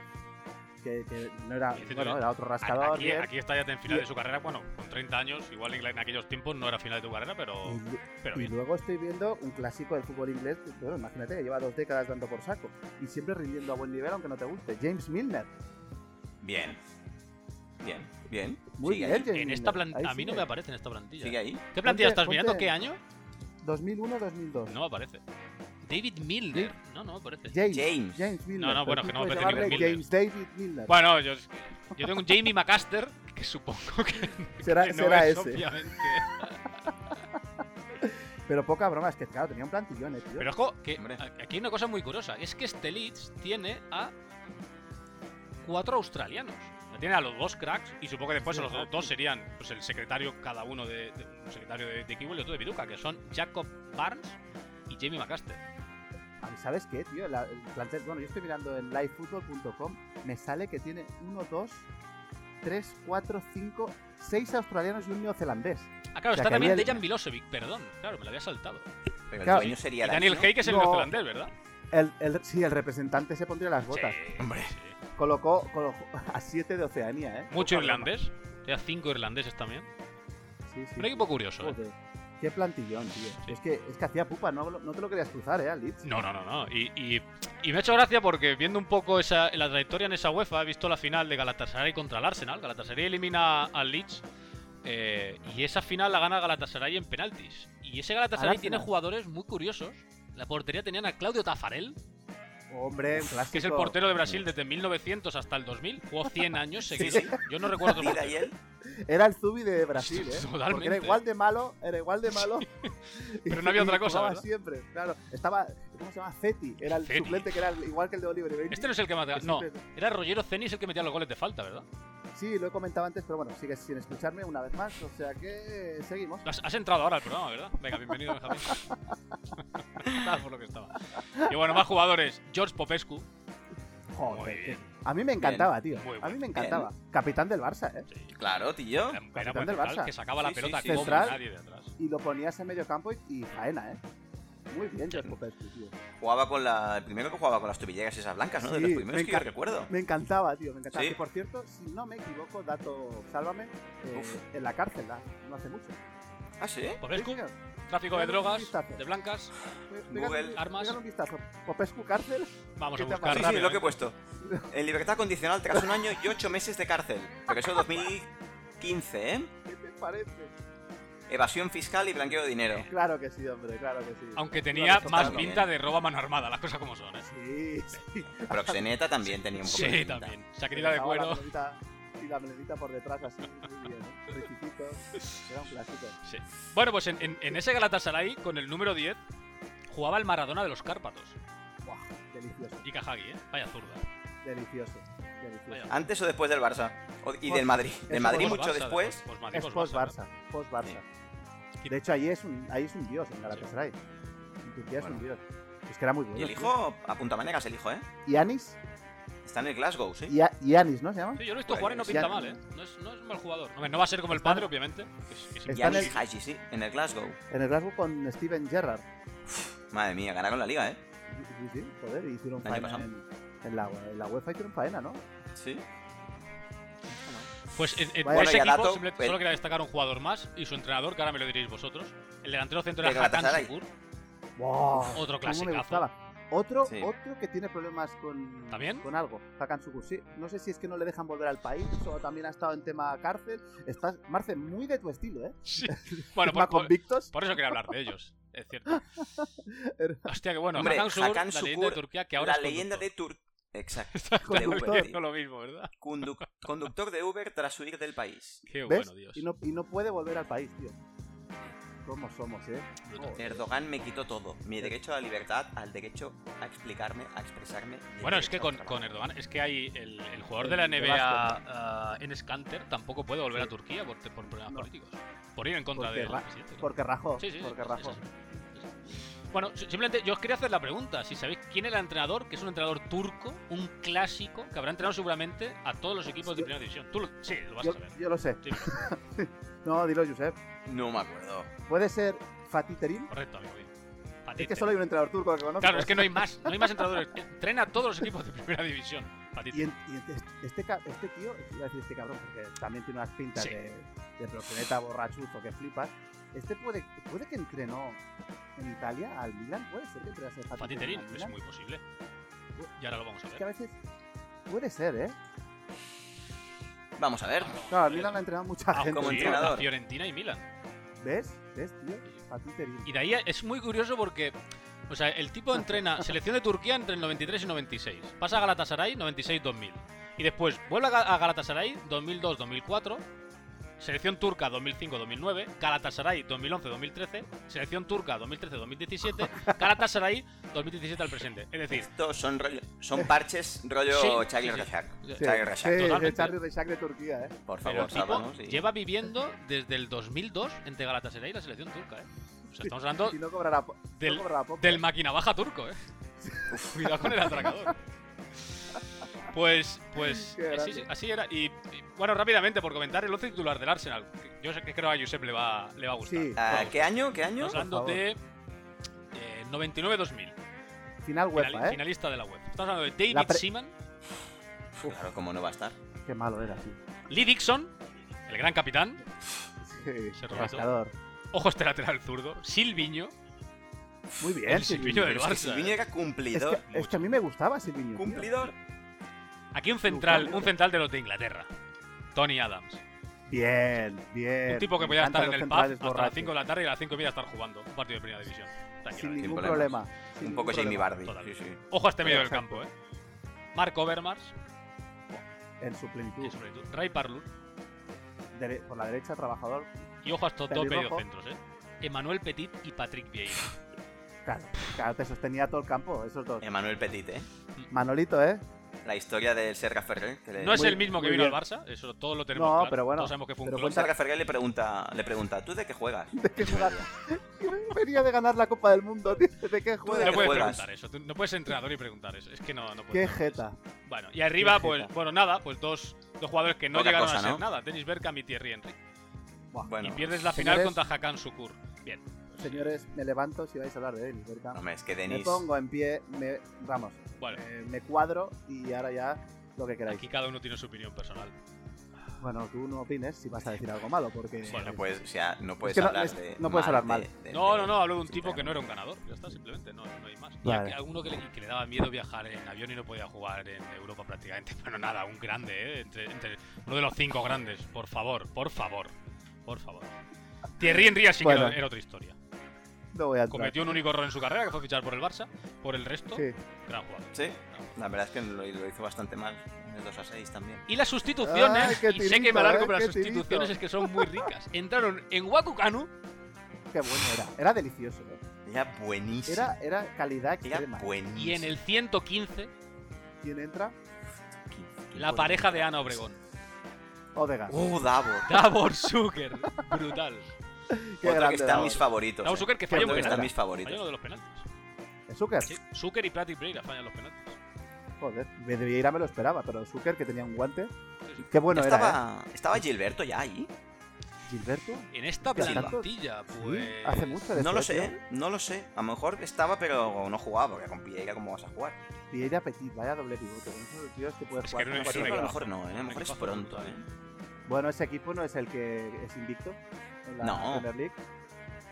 [SPEAKER 3] que, que no era,
[SPEAKER 4] Sí, sí,
[SPEAKER 3] bueno,
[SPEAKER 4] sí.
[SPEAKER 3] era otro rascador.
[SPEAKER 4] Aquí,
[SPEAKER 3] bien.
[SPEAKER 4] aquí está ya en final de su carrera, bueno, con 30 años, igual en aquellos tiempos no era final de tu carrera, pero,
[SPEAKER 3] Y-
[SPEAKER 4] pero
[SPEAKER 3] Y
[SPEAKER 4] bien.
[SPEAKER 3] luego estoy viendo un clásico del fútbol inglés, que, bueno, imagínate, que lleva dos décadas dando por saco y siempre rindiendo a buen nivel aunque no te guste. James Milner.
[SPEAKER 1] Bien. Bien, bien.
[SPEAKER 3] Muy
[SPEAKER 1] sigue
[SPEAKER 3] bien,
[SPEAKER 1] ahí.
[SPEAKER 3] James
[SPEAKER 4] En esta
[SPEAKER 3] Milner.
[SPEAKER 4] plan-
[SPEAKER 3] Ahí
[SPEAKER 4] a mí no
[SPEAKER 3] sigue.
[SPEAKER 4] me aparece en esta plantilla.
[SPEAKER 1] Sigue ahí.
[SPEAKER 4] ¿Qué
[SPEAKER 3] Ponte-
[SPEAKER 4] plantilla estás mirando?
[SPEAKER 3] ponte-
[SPEAKER 4] ¿Qué año?
[SPEAKER 3] 2001-2002.
[SPEAKER 4] No aparece. David Milner. No, no aparece.
[SPEAKER 3] James,
[SPEAKER 1] James.
[SPEAKER 3] James. Milner.
[SPEAKER 4] No, no,
[SPEAKER 3] Pero
[SPEAKER 4] bueno, que
[SPEAKER 3] tú
[SPEAKER 4] no
[SPEAKER 3] puedes
[SPEAKER 4] me parece ningún
[SPEAKER 3] llamarle
[SPEAKER 4] Milner.
[SPEAKER 3] James David Milner.
[SPEAKER 4] Bueno, yo, yo tengo un Jamie McAster, que supongo que,
[SPEAKER 3] será
[SPEAKER 4] que no
[SPEAKER 3] será
[SPEAKER 4] es,
[SPEAKER 3] ese.
[SPEAKER 4] obviamente.
[SPEAKER 3] Pero poca broma, es que claro, tenía un plantillón, eh, tío.
[SPEAKER 4] Pero ojo, que
[SPEAKER 1] Hombre.
[SPEAKER 4] a- aquí hay una cosa muy curiosa. Es que este Leeds tiene a cuatro australianos. O sea, Tiene a los dos cracks y supongo que después
[SPEAKER 3] Sí,
[SPEAKER 4] los
[SPEAKER 3] exacto.
[SPEAKER 4] dos serían pues, el secretario cada uno de, de- un secretario de, de Kiwi y otro de Viduca, que son Jacob Barnes y Jamie McAster.
[SPEAKER 3] A mí, ¿Sabes qué, tío? La- el plantel- bueno, yo estoy mirando en livefootball.com, me sale que tiene 1, 2, 3, 4, 5, 6 australianos y un neozelandés.
[SPEAKER 4] Ah, claro,
[SPEAKER 3] O sea,
[SPEAKER 4] está
[SPEAKER 3] que
[SPEAKER 4] también
[SPEAKER 3] había-
[SPEAKER 4] Dejan Milosevic, perdón. Claro, me lo había saltado.
[SPEAKER 1] Pero
[SPEAKER 3] Claro.
[SPEAKER 1] el dueño sería
[SPEAKER 4] Y Daniel
[SPEAKER 1] Dutch, ¿no?
[SPEAKER 4] Hay, que es el
[SPEAKER 3] No.
[SPEAKER 4] neozelandés, ¿verdad?
[SPEAKER 3] El, el- sí, el representante se pondría las botas.
[SPEAKER 4] Sí,
[SPEAKER 1] Hombre.
[SPEAKER 4] sí.
[SPEAKER 3] Colocó, colocó a 7 de Oceanía, ¿eh?
[SPEAKER 4] Mucho
[SPEAKER 3] Poca broma.
[SPEAKER 4] irlandés. Tenía cinco irlandeses también.
[SPEAKER 3] Sí, sí.
[SPEAKER 4] Un equipo curioso, ¿eh?
[SPEAKER 3] Joder, Qué plantillón, tío.
[SPEAKER 4] Sí.
[SPEAKER 3] Es, que, es que hacía pupa, no, no te lo querías cruzar, ¿eh? Al Leeds.
[SPEAKER 4] No, no, no, no. Y, y- y me ha hecho gracia porque viendo un poco esa, la trayectoria en esa UEFA, he visto la final de Galatasaray contra el Arsenal. Galatasaray elimina al Leeds eh, y esa final la gana Galatasaray en penaltis. Y ese Galatasaray
[SPEAKER 3] Arsenal.
[SPEAKER 4] tiene jugadores muy curiosos. La portería tenían a Claudio Tafarel,
[SPEAKER 3] Hombre, un clásico.
[SPEAKER 4] que es el portero de Brasil desde 1900 hasta el 2000. Jugó 100 años seguidos. Yo no recuerdo otro
[SPEAKER 1] Dida
[SPEAKER 4] portero.
[SPEAKER 1] y él.
[SPEAKER 3] Era el Zubi de Brasil, ¿eh?
[SPEAKER 4] Totalmente.
[SPEAKER 3] Porque era igual de malo, era igual de malo.
[SPEAKER 4] Pero no había
[SPEAKER 3] Y
[SPEAKER 4] otra cosa,
[SPEAKER 3] jugaba
[SPEAKER 4] ¿verdad?
[SPEAKER 3] siempre, claro. Estaba, ¿cómo se llama? Ceti. Era el
[SPEAKER 4] Zeti.
[SPEAKER 3] suplente que era el- igual que el de Oliver Ibeñi,
[SPEAKER 4] Este no es el que más...
[SPEAKER 3] que
[SPEAKER 4] No,
[SPEAKER 3] siempre-
[SPEAKER 4] era Rogero Cenis el que metía los goles de falta, ¿verdad?
[SPEAKER 3] Sí, lo he comentado antes, pero bueno, sigues sin escucharme una vez más. O sea que seguimos.
[SPEAKER 4] Has, has entrado ahora al programa, ¿verdad? Venga, bienvenido, Benjamín. estaba por lo que estaba. Y bueno, más jugadores. George Popescu.
[SPEAKER 3] Joder.
[SPEAKER 4] bien.
[SPEAKER 3] que- A mí me encantaba, tío.
[SPEAKER 4] Muy
[SPEAKER 3] A
[SPEAKER 4] bueno.
[SPEAKER 3] mí me encantaba. Capitán del Barça, ¿eh?
[SPEAKER 4] Sí.
[SPEAKER 1] Claro, tío.
[SPEAKER 4] Era un buen
[SPEAKER 3] del
[SPEAKER 4] central
[SPEAKER 3] Barça.
[SPEAKER 4] Que sacaba la
[SPEAKER 1] Sí, sí,
[SPEAKER 4] pelota
[SPEAKER 1] sí.
[SPEAKER 4] como
[SPEAKER 3] Central.
[SPEAKER 4] nadie de atrás.
[SPEAKER 3] Y lo ponías en medio campo y, y faena, ¿eh? Muy bien, George Popescu, tío.
[SPEAKER 1] Jugaba con la. El primero que jugaba con las tobilleras esas blancas, ¿no? de
[SPEAKER 3] Sí,
[SPEAKER 1] los primeros
[SPEAKER 3] me
[SPEAKER 1] que yo
[SPEAKER 3] encan-
[SPEAKER 1] recuerdo.
[SPEAKER 3] Me encantaba, tío, me encantaba.
[SPEAKER 1] Sí.
[SPEAKER 3] Que por cierto, si no me equivoco, dato, sálvame, eh,
[SPEAKER 1] Uf.
[SPEAKER 3] en la cárcel, ¿la? no hace mucho.
[SPEAKER 1] Ah, sí.
[SPEAKER 4] Popescu,
[SPEAKER 3] Sí, señor.
[SPEAKER 4] tráfico de
[SPEAKER 3] Pégale un
[SPEAKER 4] drogas,
[SPEAKER 3] vistazo.
[SPEAKER 4] de blancas.
[SPEAKER 3] Pe- pégale-
[SPEAKER 1] Google,
[SPEAKER 4] armas.
[SPEAKER 3] pégale un vistazo. Popescu cárcel.
[SPEAKER 4] Vamos
[SPEAKER 3] ¿Qué
[SPEAKER 4] a
[SPEAKER 3] te
[SPEAKER 4] buscar
[SPEAKER 1] Sí, sí,
[SPEAKER 4] rápido. ¿eh?
[SPEAKER 1] lo que he puesto. En libertad condicional tras un año y ocho meses de cárcel. Pero eso 2015, ¿eh?
[SPEAKER 3] ¿Qué te parece?
[SPEAKER 1] Evasión fiscal y blanqueo de dinero.
[SPEAKER 3] Claro que sí, hombre, claro que sí.
[SPEAKER 4] Aunque
[SPEAKER 3] Iba
[SPEAKER 4] tenía
[SPEAKER 3] de
[SPEAKER 4] más
[SPEAKER 1] ¿no?
[SPEAKER 3] socarlo.
[SPEAKER 4] pinta de roba a mano armada, las cosas como son, ¿eh?
[SPEAKER 3] Sí, sí.
[SPEAKER 1] Proxeneta también tenía un poco de
[SPEAKER 4] Sí,
[SPEAKER 1] pinta.
[SPEAKER 4] también. Chaquetita de
[SPEAKER 3] Dejaba la
[SPEAKER 4] cuero.
[SPEAKER 3] melenita- Y la melenita por detrás, así, muy bien. ¿eh? Riquitito. Era un clásico.
[SPEAKER 4] Sí. Bueno, pues en, en- en ese Galatasaray, con el número 10, jugaba el Maradona de los Cárpatos.
[SPEAKER 3] Buah, delicioso,
[SPEAKER 4] Y Cajagui, ¿eh? Vaya zurda.
[SPEAKER 3] delicioso, delicioso.
[SPEAKER 4] Vaya.
[SPEAKER 1] ¿Antes o después del Barça? O- y
[SPEAKER 3] Pues,
[SPEAKER 1] del Madrid.
[SPEAKER 3] eso
[SPEAKER 1] Del Madrid
[SPEAKER 4] Pues
[SPEAKER 1] mucho
[SPEAKER 4] Barça,
[SPEAKER 1] después.
[SPEAKER 4] pues Madrid,
[SPEAKER 3] Es
[SPEAKER 4] pues
[SPEAKER 3] post-Barça,
[SPEAKER 1] Sí.
[SPEAKER 3] post-Barça. De hecho, ahí es un, ahí es un dios en Galatasaray. En Turquía es
[SPEAKER 1] Bueno.
[SPEAKER 3] un dios. Es que era muy
[SPEAKER 1] Y
[SPEAKER 3] bueno.
[SPEAKER 1] el hijo, a punta maneras el hijo, ¿eh?
[SPEAKER 3] Y Anis,
[SPEAKER 1] Está en el Glasgow, sí.
[SPEAKER 3] y, Anis, ¿no se llama?
[SPEAKER 4] Sí, yo lo he visto
[SPEAKER 1] Pues,
[SPEAKER 4] jugar y no
[SPEAKER 3] sí,
[SPEAKER 4] pinta
[SPEAKER 3] ya-
[SPEAKER 4] mal, ¿eh? No es, no es mal jugador. Hombre, no va a ser como el
[SPEAKER 3] Está-
[SPEAKER 4] padre, obviamente. que es- que es
[SPEAKER 1] Y
[SPEAKER 3] Está en
[SPEAKER 1] Anis
[SPEAKER 3] el-
[SPEAKER 1] Haji, sí, en el Glasgow.
[SPEAKER 3] En el Glasgow con Steven Gerrard.
[SPEAKER 1] Madre mía, ganaron la liga, ¿eh?
[SPEAKER 3] Sí, sí, joder, y hicieron
[SPEAKER 1] Año
[SPEAKER 3] faena
[SPEAKER 1] pasado.
[SPEAKER 3] en, en la, en la UEFA, hicieron faena, ¿no?
[SPEAKER 1] Sí.
[SPEAKER 4] Pues en, en
[SPEAKER 3] Vaya,
[SPEAKER 1] vaya
[SPEAKER 4] ese
[SPEAKER 1] pues
[SPEAKER 4] equipo
[SPEAKER 1] dato,
[SPEAKER 4] simple-
[SPEAKER 1] pero-
[SPEAKER 4] solo quería destacar un jugador más y su entrenador, que ahora me lo diréis vosotros. El delantero centro
[SPEAKER 1] De
[SPEAKER 4] era Hakan
[SPEAKER 1] Galatasaray.
[SPEAKER 4] Şükür.
[SPEAKER 3] ¡Wow!
[SPEAKER 4] Otro
[SPEAKER 3] ¿Cómo me
[SPEAKER 4] clasicazo.
[SPEAKER 3] gustaba? Otro,
[SPEAKER 1] Sí.
[SPEAKER 3] otro que tiene problemas con,
[SPEAKER 4] ¿También?
[SPEAKER 3] con algo, Hakan Sukur, sí. No sé si es que no le dejan volver al país o también ha estado en tema cárcel. Estás, Marce, muy de tu estilo, ¿eh?
[SPEAKER 4] Sí.
[SPEAKER 1] pues,
[SPEAKER 4] Bueno,
[SPEAKER 3] Tema
[SPEAKER 4] por, por-
[SPEAKER 3] convictos.
[SPEAKER 4] por eso quería hablar de ellos. Es cierto. Hostia, que bueno.
[SPEAKER 1] Hombre,
[SPEAKER 4] Hakan Şükür,
[SPEAKER 1] Hakan
[SPEAKER 4] la leyenda de
[SPEAKER 1] Şükür,
[SPEAKER 4] Turquía, que ahora
[SPEAKER 1] La
[SPEAKER 4] es
[SPEAKER 1] leyenda de
[SPEAKER 4] conductor.
[SPEAKER 1] Tur... Exacto. de
[SPEAKER 4] Estamos
[SPEAKER 1] Uber,
[SPEAKER 4] diciendo
[SPEAKER 1] tío.
[SPEAKER 4] lo mismo, ¿verdad?
[SPEAKER 1] Conduc- Conductor de Uber tras huir del país.
[SPEAKER 4] Qué
[SPEAKER 3] ¿Ves?
[SPEAKER 4] bueno, Dios.
[SPEAKER 3] y, no, y no puede volver al país, tío. ¿Cómo somos, eh?
[SPEAKER 4] Brutal.
[SPEAKER 1] Erdogan me quitó todo. Mi derecho a la libertad, al derecho a explicarme, a expresarme. y el
[SPEAKER 4] Bueno, es
[SPEAKER 1] derecho
[SPEAKER 4] que
[SPEAKER 1] a
[SPEAKER 4] con,
[SPEAKER 1] trabajar.
[SPEAKER 4] con Erdogan, es que hay el, el jugador de
[SPEAKER 3] El
[SPEAKER 4] la
[SPEAKER 3] de
[SPEAKER 4] NBA ah, en Scanter tampoco puede volver
[SPEAKER 3] Sí.
[SPEAKER 4] a Turquía por, por problemas
[SPEAKER 3] No.
[SPEAKER 4] políticos. Por ir en contra
[SPEAKER 3] Porque
[SPEAKER 4] del
[SPEAKER 3] Ra-
[SPEAKER 4] presidente. ¿no?
[SPEAKER 3] Porque rajó.
[SPEAKER 4] Sí, sí, sí,
[SPEAKER 3] porque
[SPEAKER 4] sí,
[SPEAKER 3] rajó.
[SPEAKER 4] sí, sí, sí. Bueno, si- simplemente yo os quería hacer la pregunta, si sabéis quién era el entrenador, que es un entrenador turco, un clásico, que habrá entrenado seguramente a todos los equipos de
[SPEAKER 3] Yo-
[SPEAKER 4] primera división. Tú lo, sí, lo vas
[SPEAKER 3] Yo,
[SPEAKER 4] a saber.
[SPEAKER 3] yo lo sé.
[SPEAKER 4] Sí,
[SPEAKER 3] No, dilo, Josep.
[SPEAKER 1] No me acuerdo.
[SPEAKER 3] ¿Puede ser Fatih Terim?
[SPEAKER 4] correcto, amigo. bien.
[SPEAKER 3] Es
[SPEAKER 4] Patite.
[SPEAKER 3] que solo hay un entrenador turco que conozco.
[SPEAKER 4] Claro, es que no hay más, no hay más entrenadores. Entrena a todos los equipos de primera división. Patite.
[SPEAKER 3] Y, en- y en- este, ca- este tío, iba a decir este cabrón, porque también tiene unas pintas
[SPEAKER 4] Sí.
[SPEAKER 3] de, de proxeneta borrachuzo que flipas. Este puede, puede que entrenó en Italia al Milan, puede ser que entrenase a
[SPEAKER 4] Fatih
[SPEAKER 3] Fatih Terim
[SPEAKER 4] Terim,
[SPEAKER 3] al
[SPEAKER 4] es
[SPEAKER 3] Milan?
[SPEAKER 4] muy posible. Y ahora lo vamos a
[SPEAKER 3] Es que a
[SPEAKER 4] ver.
[SPEAKER 3] veces puede ser, ¿eh?
[SPEAKER 1] Vamos a ver.
[SPEAKER 3] Claro, al Milan la ha entrenado mucha
[SPEAKER 4] Ah,
[SPEAKER 3] gente.
[SPEAKER 1] como
[SPEAKER 4] sí,
[SPEAKER 1] entrenador.
[SPEAKER 4] la Fiorentina y Milan.
[SPEAKER 3] ¿Ves? ¿Ves, tío? Fatih Terim.
[SPEAKER 4] Y de ahí es muy curioso porque, o sea, el tipo entrena selección de Turquía entre el 93 y 96. Pasa a Galatasaray 96-2000. Y después vuelve a Ga- a Galatasaray 2002-2004. Selección turca 2005-2009, Galatasaray 2011-2013, selección turca 2013-2017, Galatasaray 2017 al presente. Es decir,
[SPEAKER 1] Estos son, rollo- son parches rollo
[SPEAKER 4] Sí,
[SPEAKER 1] Charlie
[SPEAKER 4] sí, sí.
[SPEAKER 1] Rajak.
[SPEAKER 3] Sí,
[SPEAKER 1] Charlie
[SPEAKER 3] sí,
[SPEAKER 1] Rajak.
[SPEAKER 3] de
[SPEAKER 4] totalmente.
[SPEAKER 3] Charlie Reixac de Turquía, ¿eh?
[SPEAKER 1] Por
[SPEAKER 4] Pero el
[SPEAKER 1] favor,
[SPEAKER 4] tipo
[SPEAKER 1] sábanos. y-
[SPEAKER 4] lleva viviendo desde el 2002 entre Galatasaray y la selección turca, ¿eh? O sea, estamos hablando
[SPEAKER 3] Y no cobrará, po- no
[SPEAKER 4] del,
[SPEAKER 3] cobrará poco.
[SPEAKER 4] del maquinavaja turco, ¿eh? Cuidado con el atracador. Pues, pues,
[SPEAKER 3] Qué
[SPEAKER 4] eh, sí, sí, así era. Y, y, bueno, rápidamente, por comentar el otro titular del Arsenal. que Yo sé que creo a Josep le va, le va a gustar.
[SPEAKER 3] Sí.
[SPEAKER 1] Ah, ¿Qué año? ¿Qué año?
[SPEAKER 4] Estamos hablando
[SPEAKER 3] Por favor.
[SPEAKER 4] de eh, 99-2000,
[SPEAKER 3] Final
[SPEAKER 4] final-
[SPEAKER 3] UEFA, ¿eh?
[SPEAKER 4] finalista de la web. Estamos hablando de David
[SPEAKER 3] La pre-
[SPEAKER 4] Seaman,
[SPEAKER 3] Uf,
[SPEAKER 1] Claro, como no va a estar.
[SPEAKER 3] qué malo era, sí.
[SPEAKER 4] Lee Dixon, el gran capitán,
[SPEAKER 3] Sí,
[SPEAKER 4] Se robó.
[SPEAKER 3] rascador.
[SPEAKER 4] ojos de lateral zurdo, Silviño,
[SPEAKER 3] Muy bien,
[SPEAKER 4] el
[SPEAKER 3] Silviño.
[SPEAKER 4] Silviño del
[SPEAKER 1] Pero es que
[SPEAKER 4] Barça.
[SPEAKER 1] Silviño
[SPEAKER 4] ¿eh?
[SPEAKER 1] era
[SPEAKER 3] Es
[SPEAKER 1] cumplidor.
[SPEAKER 3] que, es que a mí me gustaba Silviño. tío.
[SPEAKER 1] Cumplidor.
[SPEAKER 4] Aquí un central,
[SPEAKER 3] Lucas.
[SPEAKER 4] un central de los de Inglaterra. Tony Adams.
[SPEAKER 3] Bien, bien.
[SPEAKER 4] Un tipo que
[SPEAKER 3] Me
[SPEAKER 4] podía
[SPEAKER 3] encantan
[SPEAKER 4] estar en
[SPEAKER 3] los
[SPEAKER 4] el pub
[SPEAKER 3] centrales
[SPEAKER 4] hasta las
[SPEAKER 3] borrachos.
[SPEAKER 4] 5 de la tarde y a las 5 y media estar jugando un partido de primera división. Está
[SPEAKER 3] Sin
[SPEAKER 4] claro.
[SPEAKER 1] Sin
[SPEAKER 3] ningún
[SPEAKER 1] problemas.
[SPEAKER 3] problema. sin
[SPEAKER 1] Un
[SPEAKER 3] ningún
[SPEAKER 1] poco Jamie
[SPEAKER 3] problema.
[SPEAKER 1] Bardi.
[SPEAKER 4] Total.
[SPEAKER 1] Sí, sí.
[SPEAKER 4] Ojo a este medio del
[SPEAKER 3] Exacto.
[SPEAKER 4] campo, ¿eh? Mark Overmars,
[SPEAKER 3] En su plenitud.
[SPEAKER 4] que sobre todo- Ray Parlour,
[SPEAKER 3] Dere- por la derecha, trabajador.
[SPEAKER 4] y ojo a estos dos
[SPEAKER 3] Pelirrojo.
[SPEAKER 4] mediocentros, ¿eh? Emanuel Petit y Patrick Vieira.
[SPEAKER 3] Claro, claro, te sostenía todo el campo, esos dos.
[SPEAKER 1] Emanuel Petit, ¿eh?
[SPEAKER 3] Manolito, ¿eh?
[SPEAKER 1] La historia del Serga Ferrer. Que le...
[SPEAKER 4] No es
[SPEAKER 3] Muy-
[SPEAKER 4] el mismo que
[SPEAKER 3] muy
[SPEAKER 4] vino al
[SPEAKER 3] bien.
[SPEAKER 4] Barça, eso todos lo tenemos
[SPEAKER 3] No,
[SPEAKER 4] claro.
[SPEAKER 3] pero bueno,
[SPEAKER 4] todos sabemos que fue un
[SPEAKER 3] pero
[SPEAKER 4] clon.
[SPEAKER 1] Serga Ferrer le pregunta, le pregunta, ¿tú de qué juegas?
[SPEAKER 3] ¿De qué jugar? Venía de ganar la Copa del Mundo, tío. ¿De qué
[SPEAKER 1] de
[SPEAKER 4] No
[SPEAKER 1] que
[SPEAKER 3] juega?
[SPEAKER 4] puedes
[SPEAKER 1] juegas.
[SPEAKER 4] preguntar eso, tú no puedes ser entrenador y preguntar eso, es que no, no puedes.
[SPEAKER 3] Qué
[SPEAKER 4] no puedes.
[SPEAKER 3] jeta.
[SPEAKER 4] Bueno, y arriba,
[SPEAKER 3] Qué
[SPEAKER 4] pues,
[SPEAKER 3] jeta.
[SPEAKER 4] bueno, nada, pues dos, dos jugadores que no
[SPEAKER 1] Poca
[SPEAKER 4] llegaron
[SPEAKER 1] cosa,
[SPEAKER 4] a ser
[SPEAKER 1] ¿no?
[SPEAKER 4] nada, Dennis Bergkamp y Thierry Henry.
[SPEAKER 3] Buah,
[SPEAKER 1] pues, Bueno,
[SPEAKER 4] y pierdes la final
[SPEAKER 3] señores-
[SPEAKER 4] contra Hakan Sukur. Bien.
[SPEAKER 3] Señores, me levanto si vais a hablar de él, ¿verdad?
[SPEAKER 1] hombre, es que
[SPEAKER 3] me
[SPEAKER 1] Denis.
[SPEAKER 3] pongo en pie, me, vamos,
[SPEAKER 4] Bueno,
[SPEAKER 3] eh, me cuadro y ahora ya lo que queráis.
[SPEAKER 4] aquí cada uno tiene su opinión personal.
[SPEAKER 3] Bueno, tú no opines si vas a decir algo malo, porque...
[SPEAKER 4] Bueno,
[SPEAKER 1] No puedes, o sea, no puedes
[SPEAKER 3] que no-
[SPEAKER 1] hablar
[SPEAKER 3] es-
[SPEAKER 1] de.
[SPEAKER 3] no puedes hablar mal.
[SPEAKER 1] de- de-
[SPEAKER 4] No,
[SPEAKER 1] de-
[SPEAKER 4] no, no, hablo de un
[SPEAKER 1] sí,
[SPEAKER 4] tipo
[SPEAKER 1] claro.
[SPEAKER 4] que no era un ganador. Ya está, simplemente, no, no hay más. Y
[SPEAKER 3] Vale.
[SPEAKER 4] aquí alguno que le, y que le daba miedo viajar en avión y no podía jugar en Europa prácticamente. Bueno, nada, un grande, ¿eh? Entre, entre- uno de los cinco grandes. Por favor, por favor, por favor. Thierry Henry así
[SPEAKER 3] Bueno.
[SPEAKER 4] que era- era otra historia.
[SPEAKER 3] No voy a entrar.
[SPEAKER 4] Cometió un único error en su carrera, que fue fichar por el Barça. Por el resto,
[SPEAKER 3] Sí.
[SPEAKER 4] gran jugador.
[SPEAKER 1] Sí, la verdad es que lo, lo hizo bastante mal. De 2 a 6 también.
[SPEAKER 4] Y las sustituciones,
[SPEAKER 3] Ay, qué
[SPEAKER 4] y sé que
[SPEAKER 3] tirito,
[SPEAKER 4] me alargo,
[SPEAKER 3] eh,
[SPEAKER 4] pero las
[SPEAKER 3] qué tirito.
[SPEAKER 4] sustituciones es que son muy ricas. Entraron en Wakukanu
[SPEAKER 3] Qué bueno era. Era delicioso. ¿eh?
[SPEAKER 1] Era buenísimo.
[SPEAKER 3] Era, era calidad
[SPEAKER 1] Era
[SPEAKER 3] extrema.
[SPEAKER 1] buenísimo.
[SPEAKER 4] y en el 115
[SPEAKER 3] ¿Quién entra?
[SPEAKER 4] la pareja de Ana Obregón.
[SPEAKER 3] Odegaard.
[SPEAKER 1] Uh, Davor.
[SPEAKER 4] Davor Zucker, brutal.
[SPEAKER 3] Qué
[SPEAKER 1] Otro que
[SPEAKER 3] grande.
[SPEAKER 1] está en
[SPEAKER 3] Davor.
[SPEAKER 1] mis favoritos.
[SPEAKER 4] Davor
[SPEAKER 1] eh.
[SPEAKER 4] Zucker que falló
[SPEAKER 1] Otro
[SPEAKER 4] un
[SPEAKER 1] que está en
[SPEAKER 4] penalti.
[SPEAKER 1] mis
[SPEAKER 4] Falló uno
[SPEAKER 1] favoritos.
[SPEAKER 4] de los penaltis.
[SPEAKER 3] Zucker.
[SPEAKER 4] Sí, Zucker y Patrick Breira fallan los penaltis.
[SPEAKER 3] Joder, me debía ir a me lo esperaba, pero Zucker que tenía un guante.
[SPEAKER 4] Sí, sí.
[SPEAKER 3] Qué bueno
[SPEAKER 1] Ya
[SPEAKER 3] era,
[SPEAKER 1] estaba, estaba Gilberto ya ahí.
[SPEAKER 3] ¿eh? Gilberto.
[SPEAKER 4] En esta
[SPEAKER 3] Sí,
[SPEAKER 4] plantilla, pues.
[SPEAKER 3] Hace mucho de
[SPEAKER 1] No lo
[SPEAKER 3] esto,
[SPEAKER 1] sé,
[SPEAKER 3] ¿eh,
[SPEAKER 1] ¿eh? no lo sé. A lo mejor estaba, pero no jugaba, porque con Pieira cómo vas a jugar.
[SPEAKER 3] tío. Vieira Petit, vaya doble pivote. con esos tíos que puedes
[SPEAKER 4] Es
[SPEAKER 3] jugar
[SPEAKER 4] que
[SPEAKER 3] con
[SPEAKER 4] era un-
[SPEAKER 1] Pero a
[SPEAKER 3] cualquier
[SPEAKER 1] lo
[SPEAKER 4] equipazo.
[SPEAKER 1] mejor no, ¿eh? a lo
[SPEAKER 4] Un
[SPEAKER 1] mejor es
[SPEAKER 4] equipazo
[SPEAKER 1] pronto.
[SPEAKER 4] brutal,
[SPEAKER 1] ¿eh?
[SPEAKER 3] cosa. Bueno, ese equipo no es el que es invicto en la
[SPEAKER 1] No.
[SPEAKER 3] Premier League.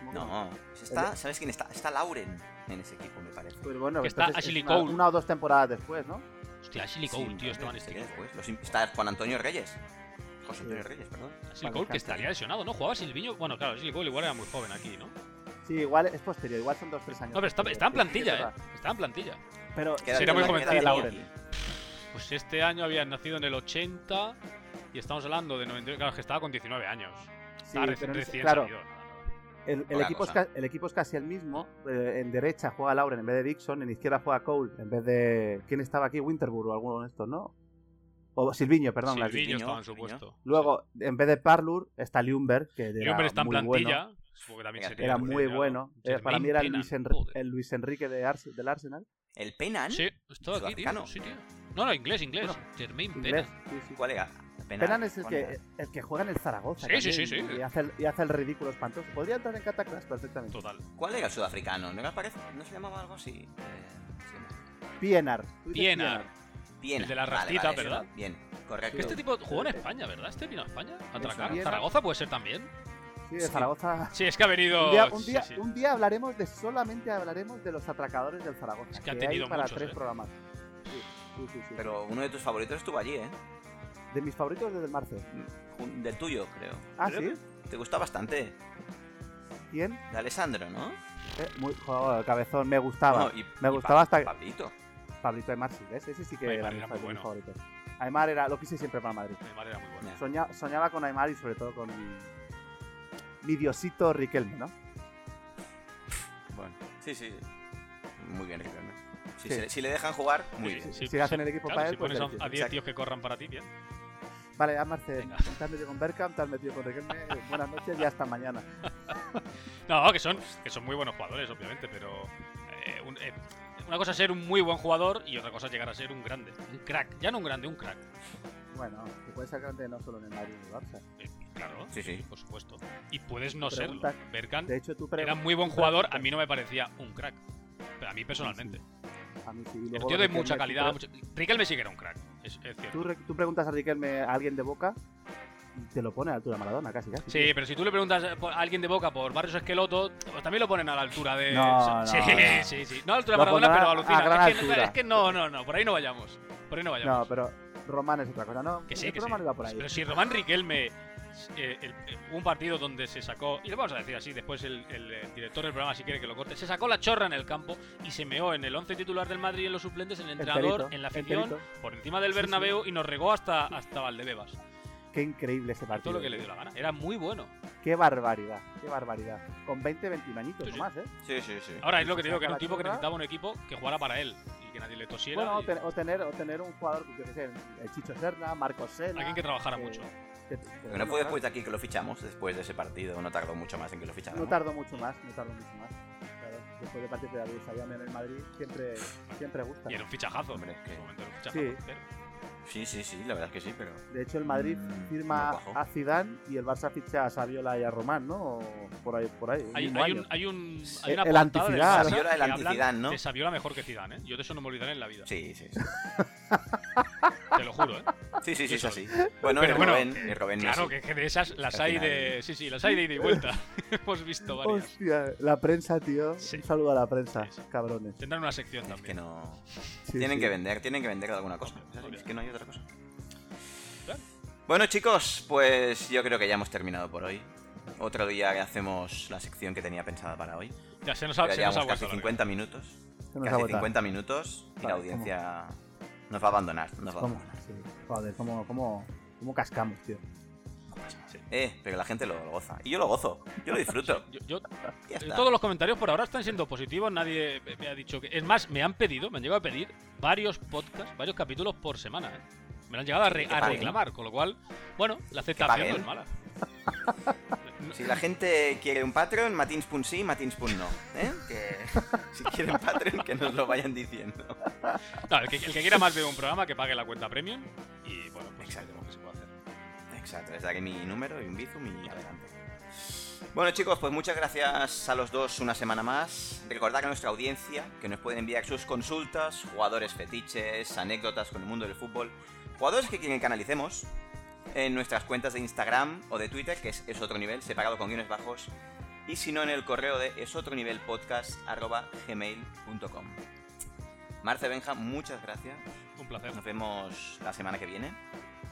[SPEAKER 3] ¿Cómo que
[SPEAKER 1] No, pues está, ¿sabes quién está? Está Lauren en ese equipo, me parece.
[SPEAKER 3] Pues bueno,
[SPEAKER 4] Que está
[SPEAKER 3] entonces
[SPEAKER 4] Ashley
[SPEAKER 3] es una,
[SPEAKER 4] Cole.
[SPEAKER 3] una o dos temporadas después, ¿no?
[SPEAKER 4] Hostia, Ashley
[SPEAKER 1] Sí,
[SPEAKER 4] Cole, tío,
[SPEAKER 1] me
[SPEAKER 4] estaban
[SPEAKER 1] parece
[SPEAKER 4] este
[SPEAKER 1] que
[SPEAKER 4] equipo.
[SPEAKER 1] después. Los in- Está Juan Antonio Reyes. José
[SPEAKER 3] Sí.
[SPEAKER 1] Antonio Reyes, perdón.
[SPEAKER 4] Ashley Cole que
[SPEAKER 3] Vale,
[SPEAKER 4] estaría lesionado, ¿no? Jugaba Silviño. Bueno, claro, Ashley Cole igual era muy joven aquí, ¿no? No,
[SPEAKER 3] Sí, igual es posterior, igual son dos tres años.
[SPEAKER 4] pero está,
[SPEAKER 3] posterior.
[SPEAKER 4] está en
[SPEAKER 3] Sí, sí, es
[SPEAKER 4] plantilla, ¿eh?
[SPEAKER 3] verdad.
[SPEAKER 4] Está en plantilla.
[SPEAKER 3] Pero
[SPEAKER 1] Queda-
[SPEAKER 4] Sí, era muy
[SPEAKER 1] queda- queda
[SPEAKER 4] jovencito.
[SPEAKER 1] Lauren.
[SPEAKER 4] Pues este año habían nacido en el 80 y estamos hablando de 99. Claro, es que estaba con 19 años.
[SPEAKER 3] sí,
[SPEAKER 4] Estaba reci-
[SPEAKER 3] pero en ese-
[SPEAKER 4] recién
[SPEAKER 3] claro,
[SPEAKER 4] salido.
[SPEAKER 3] El, el
[SPEAKER 1] Poca
[SPEAKER 3] equipo es
[SPEAKER 1] cosa.
[SPEAKER 3] ca- el equipo es casi el mismo. eh, en derecha juega Lauren en vez de Dixon. En izquierda juega Cole en vez de. ¿Quién estaba aquí? Winterbur o alguno de estos, ¿no? O Silviño, perdón. las-
[SPEAKER 1] Silviño.
[SPEAKER 4] Silviño estaba en su
[SPEAKER 1] Silviño.
[SPEAKER 4] puesto.
[SPEAKER 3] Luego, en vez de Parlur, está Liumberg, que
[SPEAKER 4] Y
[SPEAKER 3] era
[SPEAKER 4] hombre está en
[SPEAKER 3] muy
[SPEAKER 4] plantilla.
[SPEAKER 3] bueno.
[SPEAKER 4] supongo que también
[SPEAKER 1] Era
[SPEAKER 4] sería
[SPEAKER 3] Era
[SPEAKER 4] por
[SPEAKER 3] muy
[SPEAKER 4] ella, ¿no?
[SPEAKER 3] bueno. Eh,
[SPEAKER 4] Jermaine
[SPEAKER 3] para mí era el
[SPEAKER 4] Pena,
[SPEAKER 3] Luis, Enri-
[SPEAKER 4] joder.
[SPEAKER 3] el Luis Enrique de Arse- del Arsenal.
[SPEAKER 1] ¿El Penan?
[SPEAKER 4] Sí, estaba aquí, tío.
[SPEAKER 1] Sudafricano.
[SPEAKER 4] Sí, tío. No, no, inglés, inglés. Jermaine
[SPEAKER 3] Inglés.
[SPEAKER 4] Pena.
[SPEAKER 3] Sí, sí.
[SPEAKER 1] ¿Cuál era? Penan,
[SPEAKER 3] Penan es el
[SPEAKER 1] ¿cuál
[SPEAKER 3] que,
[SPEAKER 1] era?
[SPEAKER 3] el que juega en el Zaragoza.
[SPEAKER 4] Sí, sí,
[SPEAKER 3] también,
[SPEAKER 4] sí, sí.
[SPEAKER 3] Y hace, el, y hace el ridículo espantoso. Podría entrar en Cataclass perfectamente.
[SPEAKER 4] Total.
[SPEAKER 1] ¿Cuál era el sudafricano? ¿No, era- parece- ¿No se llamaba algo así? Eh, se llama-
[SPEAKER 3] Pienar. Tú dices
[SPEAKER 4] Pienaar.
[SPEAKER 1] Bien.
[SPEAKER 4] El de la
[SPEAKER 1] Vale,
[SPEAKER 4] rastita,
[SPEAKER 1] vale,
[SPEAKER 4] ¿verdad?
[SPEAKER 1] sí, Bien, correcto.
[SPEAKER 3] Sí.
[SPEAKER 4] Este tipo jugó
[SPEAKER 3] eh,
[SPEAKER 4] en España, ¿verdad? Este vino a España a atracar.
[SPEAKER 3] Viena.
[SPEAKER 4] Zaragoza puede ser también.
[SPEAKER 3] Sí, de Zaragoza.
[SPEAKER 4] Sí, es que ha venido.
[SPEAKER 3] Un día, un,
[SPEAKER 4] sí,
[SPEAKER 3] día,
[SPEAKER 4] sí.
[SPEAKER 3] un día hablaremos de solamente hablaremos de los atracadores del Zaragoza.
[SPEAKER 4] Es que han
[SPEAKER 3] hay
[SPEAKER 4] tenido
[SPEAKER 3] para
[SPEAKER 4] muchos,
[SPEAKER 3] tres
[SPEAKER 4] eh.
[SPEAKER 3] programas. Sí, sí, sí, sí.
[SPEAKER 1] Pero uno de tus favoritos estuvo allí, ¿eh?
[SPEAKER 3] De mis favoritos desde el marzo.
[SPEAKER 1] Un- Del tuyo, creo.
[SPEAKER 3] Ah,
[SPEAKER 1] Creo
[SPEAKER 3] sí.
[SPEAKER 1] que Te gustó bastante.
[SPEAKER 3] ¿Quién?
[SPEAKER 1] De Alessandro, ¿no?
[SPEAKER 3] Eh, muy, joder, cabezón, me gustaba.
[SPEAKER 1] Bueno, y-
[SPEAKER 3] Ah, me
[SPEAKER 1] y
[SPEAKER 3] gustaba hasta-
[SPEAKER 1] Pablito.
[SPEAKER 3] Pablito Aymar sí, ¿ves? Ese sí que
[SPEAKER 4] Aymar
[SPEAKER 3] era, mi
[SPEAKER 4] era
[SPEAKER 3] fa-
[SPEAKER 4] muy
[SPEAKER 3] de
[SPEAKER 4] bueno.
[SPEAKER 3] mis favoritos. Aymar era, lo quise siempre para Madrid.
[SPEAKER 4] Mi madre era muy buena.
[SPEAKER 1] Ya.
[SPEAKER 3] Soña- soñaba con Aymar y sobre todo con mi, mi diosito Riquelme, ¿no?
[SPEAKER 1] Bueno, sí, sí. Muy bien, Ricardo. Si,
[SPEAKER 3] Sí.
[SPEAKER 1] se- si le dejan jugar, muy
[SPEAKER 4] Sí,
[SPEAKER 1] bien.
[SPEAKER 4] sí,
[SPEAKER 3] si hacen el equipo
[SPEAKER 4] claro,
[SPEAKER 3] para
[SPEAKER 4] si
[SPEAKER 3] él, pues
[SPEAKER 4] pones
[SPEAKER 3] bien,
[SPEAKER 4] a- a
[SPEAKER 3] sí.
[SPEAKER 4] 10 tíos que corran para ti, bien.
[SPEAKER 3] Vale, ya Marce,
[SPEAKER 4] Venga.
[SPEAKER 3] te has metido con Bergkamp, te has metido con Riquelme. eh, Buenas noches y hasta mañana.
[SPEAKER 4] No, que son, que son muy buenos jugadores, obviamente, pero. eh, un- eh, una cosa es ser un muy buen jugador y otra cosa es llegar a ser un grande. Un crack. Ya no un grande, un crack.
[SPEAKER 3] Bueno, que puede ser grande no solo en el Madrid y el Barça.
[SPEAKER 4] Eh, claro,
[SPEAKER 1] Sí, sí.
[SPEAKER 4] por supuesto. Y puedes no
[SPEAKER 3] Pregunta-
[SPEAKER 4] serlo. Berkan
[SPEAKER 3] De hecho, tú
[SPEAKER 4] era
[SPEAKER 3] preguntas
[SPEAKER 4] muy buen jugador, a mí no me parecía un crack. Pero a mí personalmente.
[SPEAKER 3] a mí sí, y
[SPEAKER 4] El
[SPEAKER 3] luego
[SPEAKER 4] tío de
[SPEAKER 3] Riquelme,
[SPEAKER 4] mucha
[SPEAKER 3] tú
[SPEAKER 4] calidad.
[SPEAKER 3] pre-
[SPEAKER 4] Mucho... Riquelme sí que era un crack. Es, es
[SPEAKER 3] Tú,
[SPEAKER 4] cierto.
[SPEAKER 3] re- tú preguntas a Riquelme a alguien de Boca y te lo pone a la altura de Maradona, casi, casi.
[SPEAKER 4] Sí, pero si tú le preguntas eh, por- a alguien de boca por Barrios Esqueloto, pues también lo ponen a la altura de.
[SPEAKER 3] No, no,
[SPEAKER 4] sí,
[SPEAKER 3] no.
[SPEAKER 4] sí, sí. No a la altura de
[SPEAKER 3] Lo
[SPEAKER 4] Maradona,
[SPEAKER 3] pondrán
[SPEAKER 4] pero
[SPEAKER 3] a-
[SPEAKER 4] alucina.
[SPEAKER 3] a gran
[SPEAKER 4] es, que,
[SPEAKER 3] altura.
[SPEAKER 4] es que no, no, no. Por ahí no vayamos. Por ahí no vayamos.
[SPEAKER 3] No, pero Román es otra cosa, ¿no?
[SPEAKER 4] que sí,
[SPEAKER 3] el
[SPEAKER 4] que sí.
[SPEAKER 3] programa no iba por ahí.
[SPEAKER 4] Pero si Román Riquelme. eh, el- eh, un partido donde se sacó, y lo vamos a decir así, después el, el, eh, director del programa, si quiere que lo corte, se sacó la chorra en el campo y se meó en el 11 titular del Madrid, en los suplentes, en el entrenador,
[SPEAKER 3] Enterito,
[SPEAKER 4] en la afición,
[SPEAKER 3] enterito.
[SPEAKER 4] por encima del
[SPEAKER 3] Sí, sí.
[SPEAKER 4] Bernabéu y nos regó hasta, hasta Valdebebas.
[SPEAKER 3] Qué increíble ese partido.
[SPEAKER 4] Todo lo que le dio la gana. Era muy bueno.
[SPEAKER 3] Qué barbaridad, qué barbaridad. Con 20, 21 añitos
[SPEAKER 4] Sí, sí.
[SPEAKER 3] nomás, ¿eh?
[SPEAKER 1] Sí, sí, sí.
[SPEAKER 4] Ahora es lo
[SPEAKER 3] Se
[SPEAKER 4] que te digo, que
[SPEAKER 3] saca
[SPEAKER 4] era un
[SPEAKER 3] la
[SPEAKER 4] tipo que
[SPEAKER 3] chorra.
[SPEAKER 4] necesitaba un equipo que jugara para él y que nadie le tosiera.
[SPEAKER 3] Bueno, o,
[SPEAKER 4] y-
[SPEAKER 3] ten- o tener, o tener un jugador, yo qué sé, el Chicho Serna, Marcos Sena.
[SPEAKER 4] alguien que trabajara
[SPEAKER 3] eh,
[SPEAKER 4] mucho.
[SPEAKER 3] que- que-
[SPEAKER 1] Pero no fue después de aquí que lo fichamos, después de ese partido. No tardó mucho más en que lo ficháramos.
[SPEAKER 3] No tardó mucho más, no tardó mucho más. Claro, después de partir de David Sayán en el Madrid, siempre, siempre gusta.
[SPEAKER 4] Y era un fichajazo,
[SPEAKER 1] Hombre, es que-
[SPEAKER 4] En su momento era un
[SPEAKER 3] Sí.
[SPEAKER 4] fichajazo. pero-
[SPEAKER 1] Sí, sí, sí, la verdad es que sí, pero.
[SPEAKER 3] De hecho, el Madrid
[SPEAKER 1] Mm,
[SPEAKER 3] firma
[SPEAKER 1] no cuajó.
[SPEAKER 3] a Zidane y el Barça ficha a Saviola y a Román, ¿no? O por ahí, por ahí. el
[SPEAKER 4] Hay,
[SPEAKER 3] mismo
[SPEAKER 4] hay
[SPEAKER 3] año.
[SPEAKER 4] un, hay un- hay
[SPEAKER 3] Eh,
[SPEAKER 4] una
[SPEAKER 3] el
[SPEAKER 4] portada
[SPEAKER 3] antifidal,
[SPEAKER 4] del
[SPEAKER 1] ¿no?
[SPEAKER 4] Barça
[SPEAKER 1] El
[SPEAKER 4] que
[SPEAKER 1] antifidal,
[SPEAKER 4] hablan
[SPEAKER 1] ¿no?
[SPEAKER 4] De Saviola mejor que Zidane, ¿eh? Yo de eso no me olvidaré en la vida.
[SPEAKER 1] Sí, sí, sí.
[SPEAKER 4] Te lo juro, ¿eh?
[SPEAKER 1] Sí, sí, sí, es
[SPEAKER 4] Eso.
[SPEAKER 1] así. Bueno,
[SPEAKER 4] Pero
[SPEAKER 1] y
[SPEAKER 4] bueno, eh,
[SPEAKER 1] Rubén, y Rubén
[SPEAKER 4] Claro,
[SPEAKER 1] Messi.
[SPEAKER 4] que, que de esas las
[SPEAKER 1] Al
[SPEAKER 4] hay
[SPEAKER 1] final.
[SPEAKER 4] de... Sí, sí, las hay de ida y vuelta. Hemos visto varias.
[SPEAKER 3] Hostia, la prensa, tío.
[SPEAKER 4] Sí.
[SPEAKER 3] Un saludo a la prensa,
[SPEAKER 4] Sí, sí.
[SPEAKER 3] cabrones.
[SPEAKER 4] Tendrán una sección
[SPEAKER 1] Es que
[SPEAKER 4] también.
[SPEAKER 1] no.
[SPEAKER 3] Sí,
[SPEAKER 1] tienen
[SPEAKER 3] sí.
[SPEAKER 1] que vender, tienen que vender alguna cosa.
[SPEAKER 4] Hombre,
[SPEAKER 1] Es así,
[SPEAKER 4] obvio.
[SPEAKER 1] Es que no hay otra cosa.
[SPEAKER 4] Claro.
[SPEAKER 1] Bueno, chicos, pues yo creo que ya hemos terminado por hoy. Otro día que hacemos la sección que tenía pensada para hoy.
[SPEAKER 4] Ya Ah, se nos
[SPEAKER 1] Ya
[SPEAKER 4] ha, se nos ha
[SPEAKER 1] llevamos
[SPEAKER 4] vuelto
[SPEAKER 1] casi
[SPEAKER 4] larga.
[SPEAKER 1] 50 minutos.
[SPEAKER 3] Se nos ha
[SPEAKER 1] Casi
[SPEAKER 3] agotado.
[SPEAKER 1] 50 minutos y la
[SPEAKER 3] Vale,
[SPEAKER 1] audiencia nos va a abandonar. Nos va a
[SPEAKER 3] ¿Cómo?
[SPEAKER 1] abandonar.
[SPEAKER 3] Sí. Joder, ¿cómo, cómo, cómo cascamos, tío?
[SPEAKER 4] Sí.
[SPEAKER 1] Eh, pero la gente lo, lo goza. Y yo lo gozo. Yo lo disfruto.
[SPEAKER 4] Yo- yo-
[SPEAKER 1] Ya
[SPEAKER 4] Eh,
[SPEAKER 1] está.
[SPEAKER 4] Todos los comentarios por ahora están siendo positivos, nadie me- me ha dicho que... Es más, me han pedido, me han llegado a pedir varios podcasts, varios capítulos por semana, ¿eh? Me lo han llegado a, re-
[SPEAKER 1] Que
[SPEAKER 4] a
[SPEAKER 1] paguen.
[SPEAKER 4] reclamar, con lo cual, bueno, la aceptación
[SPEAKER 1] paguen.
[SPEAKER 4] no es mala. No-
[SPEAKER 1] Si la gente quiere un Patreon, matins.sí, matins.no. ¿Eh? Que si quieren Patreon, que nos lo vayan diciendo.
[SPEAKER 4] no, el, que, el que quiera más de un programa, que pague la cuenta premium y, bueno, pues
[SPEAKER 1] Exacto.
[SPEAKER 4] veremos qué se puede hacer.
[SPEAKER 1] Exacto, les daré mi número y un bizum y adelante. Bueno chicos, pues muchas gracias a los dos una semana más. Recordad a nuestra audiencia que nos pueden enviar sus consultas, jugadores fetiches, anécdotas con el mundo del fútbol, jugadores que quieren que analicemos en nuestras cuentas de Instagram o de Twitter, que es, es otro nivel, separado con guiones bajos, y si no en el correo de esotronivelpodcast.gmail.com Marce Benja, muchas gracias.
[SPEAKER 4] Un placer,
[SPEAKER 1] Nos vemos la semana que viene.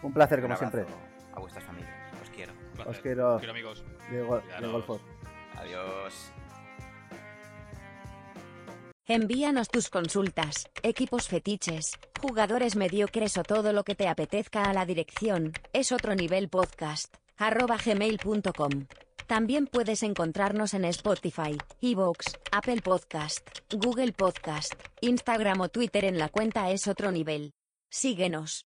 [SPEAKER 3] Un placer,
[SPEAKER 1] Un
[SPEAKER 3] como
[SPEAKER 1] abrazo
[SPEAKER 3] siempre.
[SPEAKER 1] A vuestras familias. Os quiero.
[SPEAKER 4] un
[SPEAKER 3] Os
[SPEAKER 4] placer.
[SPEAKER 3] quiero
[SPEAKER 4] Quiero amigos.
[SPEAKER 3] de, gol- de
[SPEAKER 4] Cuidaros.
[SPEAKER 3] golfos.
[SPEAKER 1] Adiós.
[SPEAKER 2] Envíanos tus consultas, equipos fetiches, jugadores mediocres o todo lo que te apetezca a la dirección, es otro nivel podcast, arroba gmail.com. También puedes encontrarnos en Spotify, Evox, Apple Podcast, Google Podcast, Instagram o Twitter en la cuenta Es Otro Nivel. Síguenos.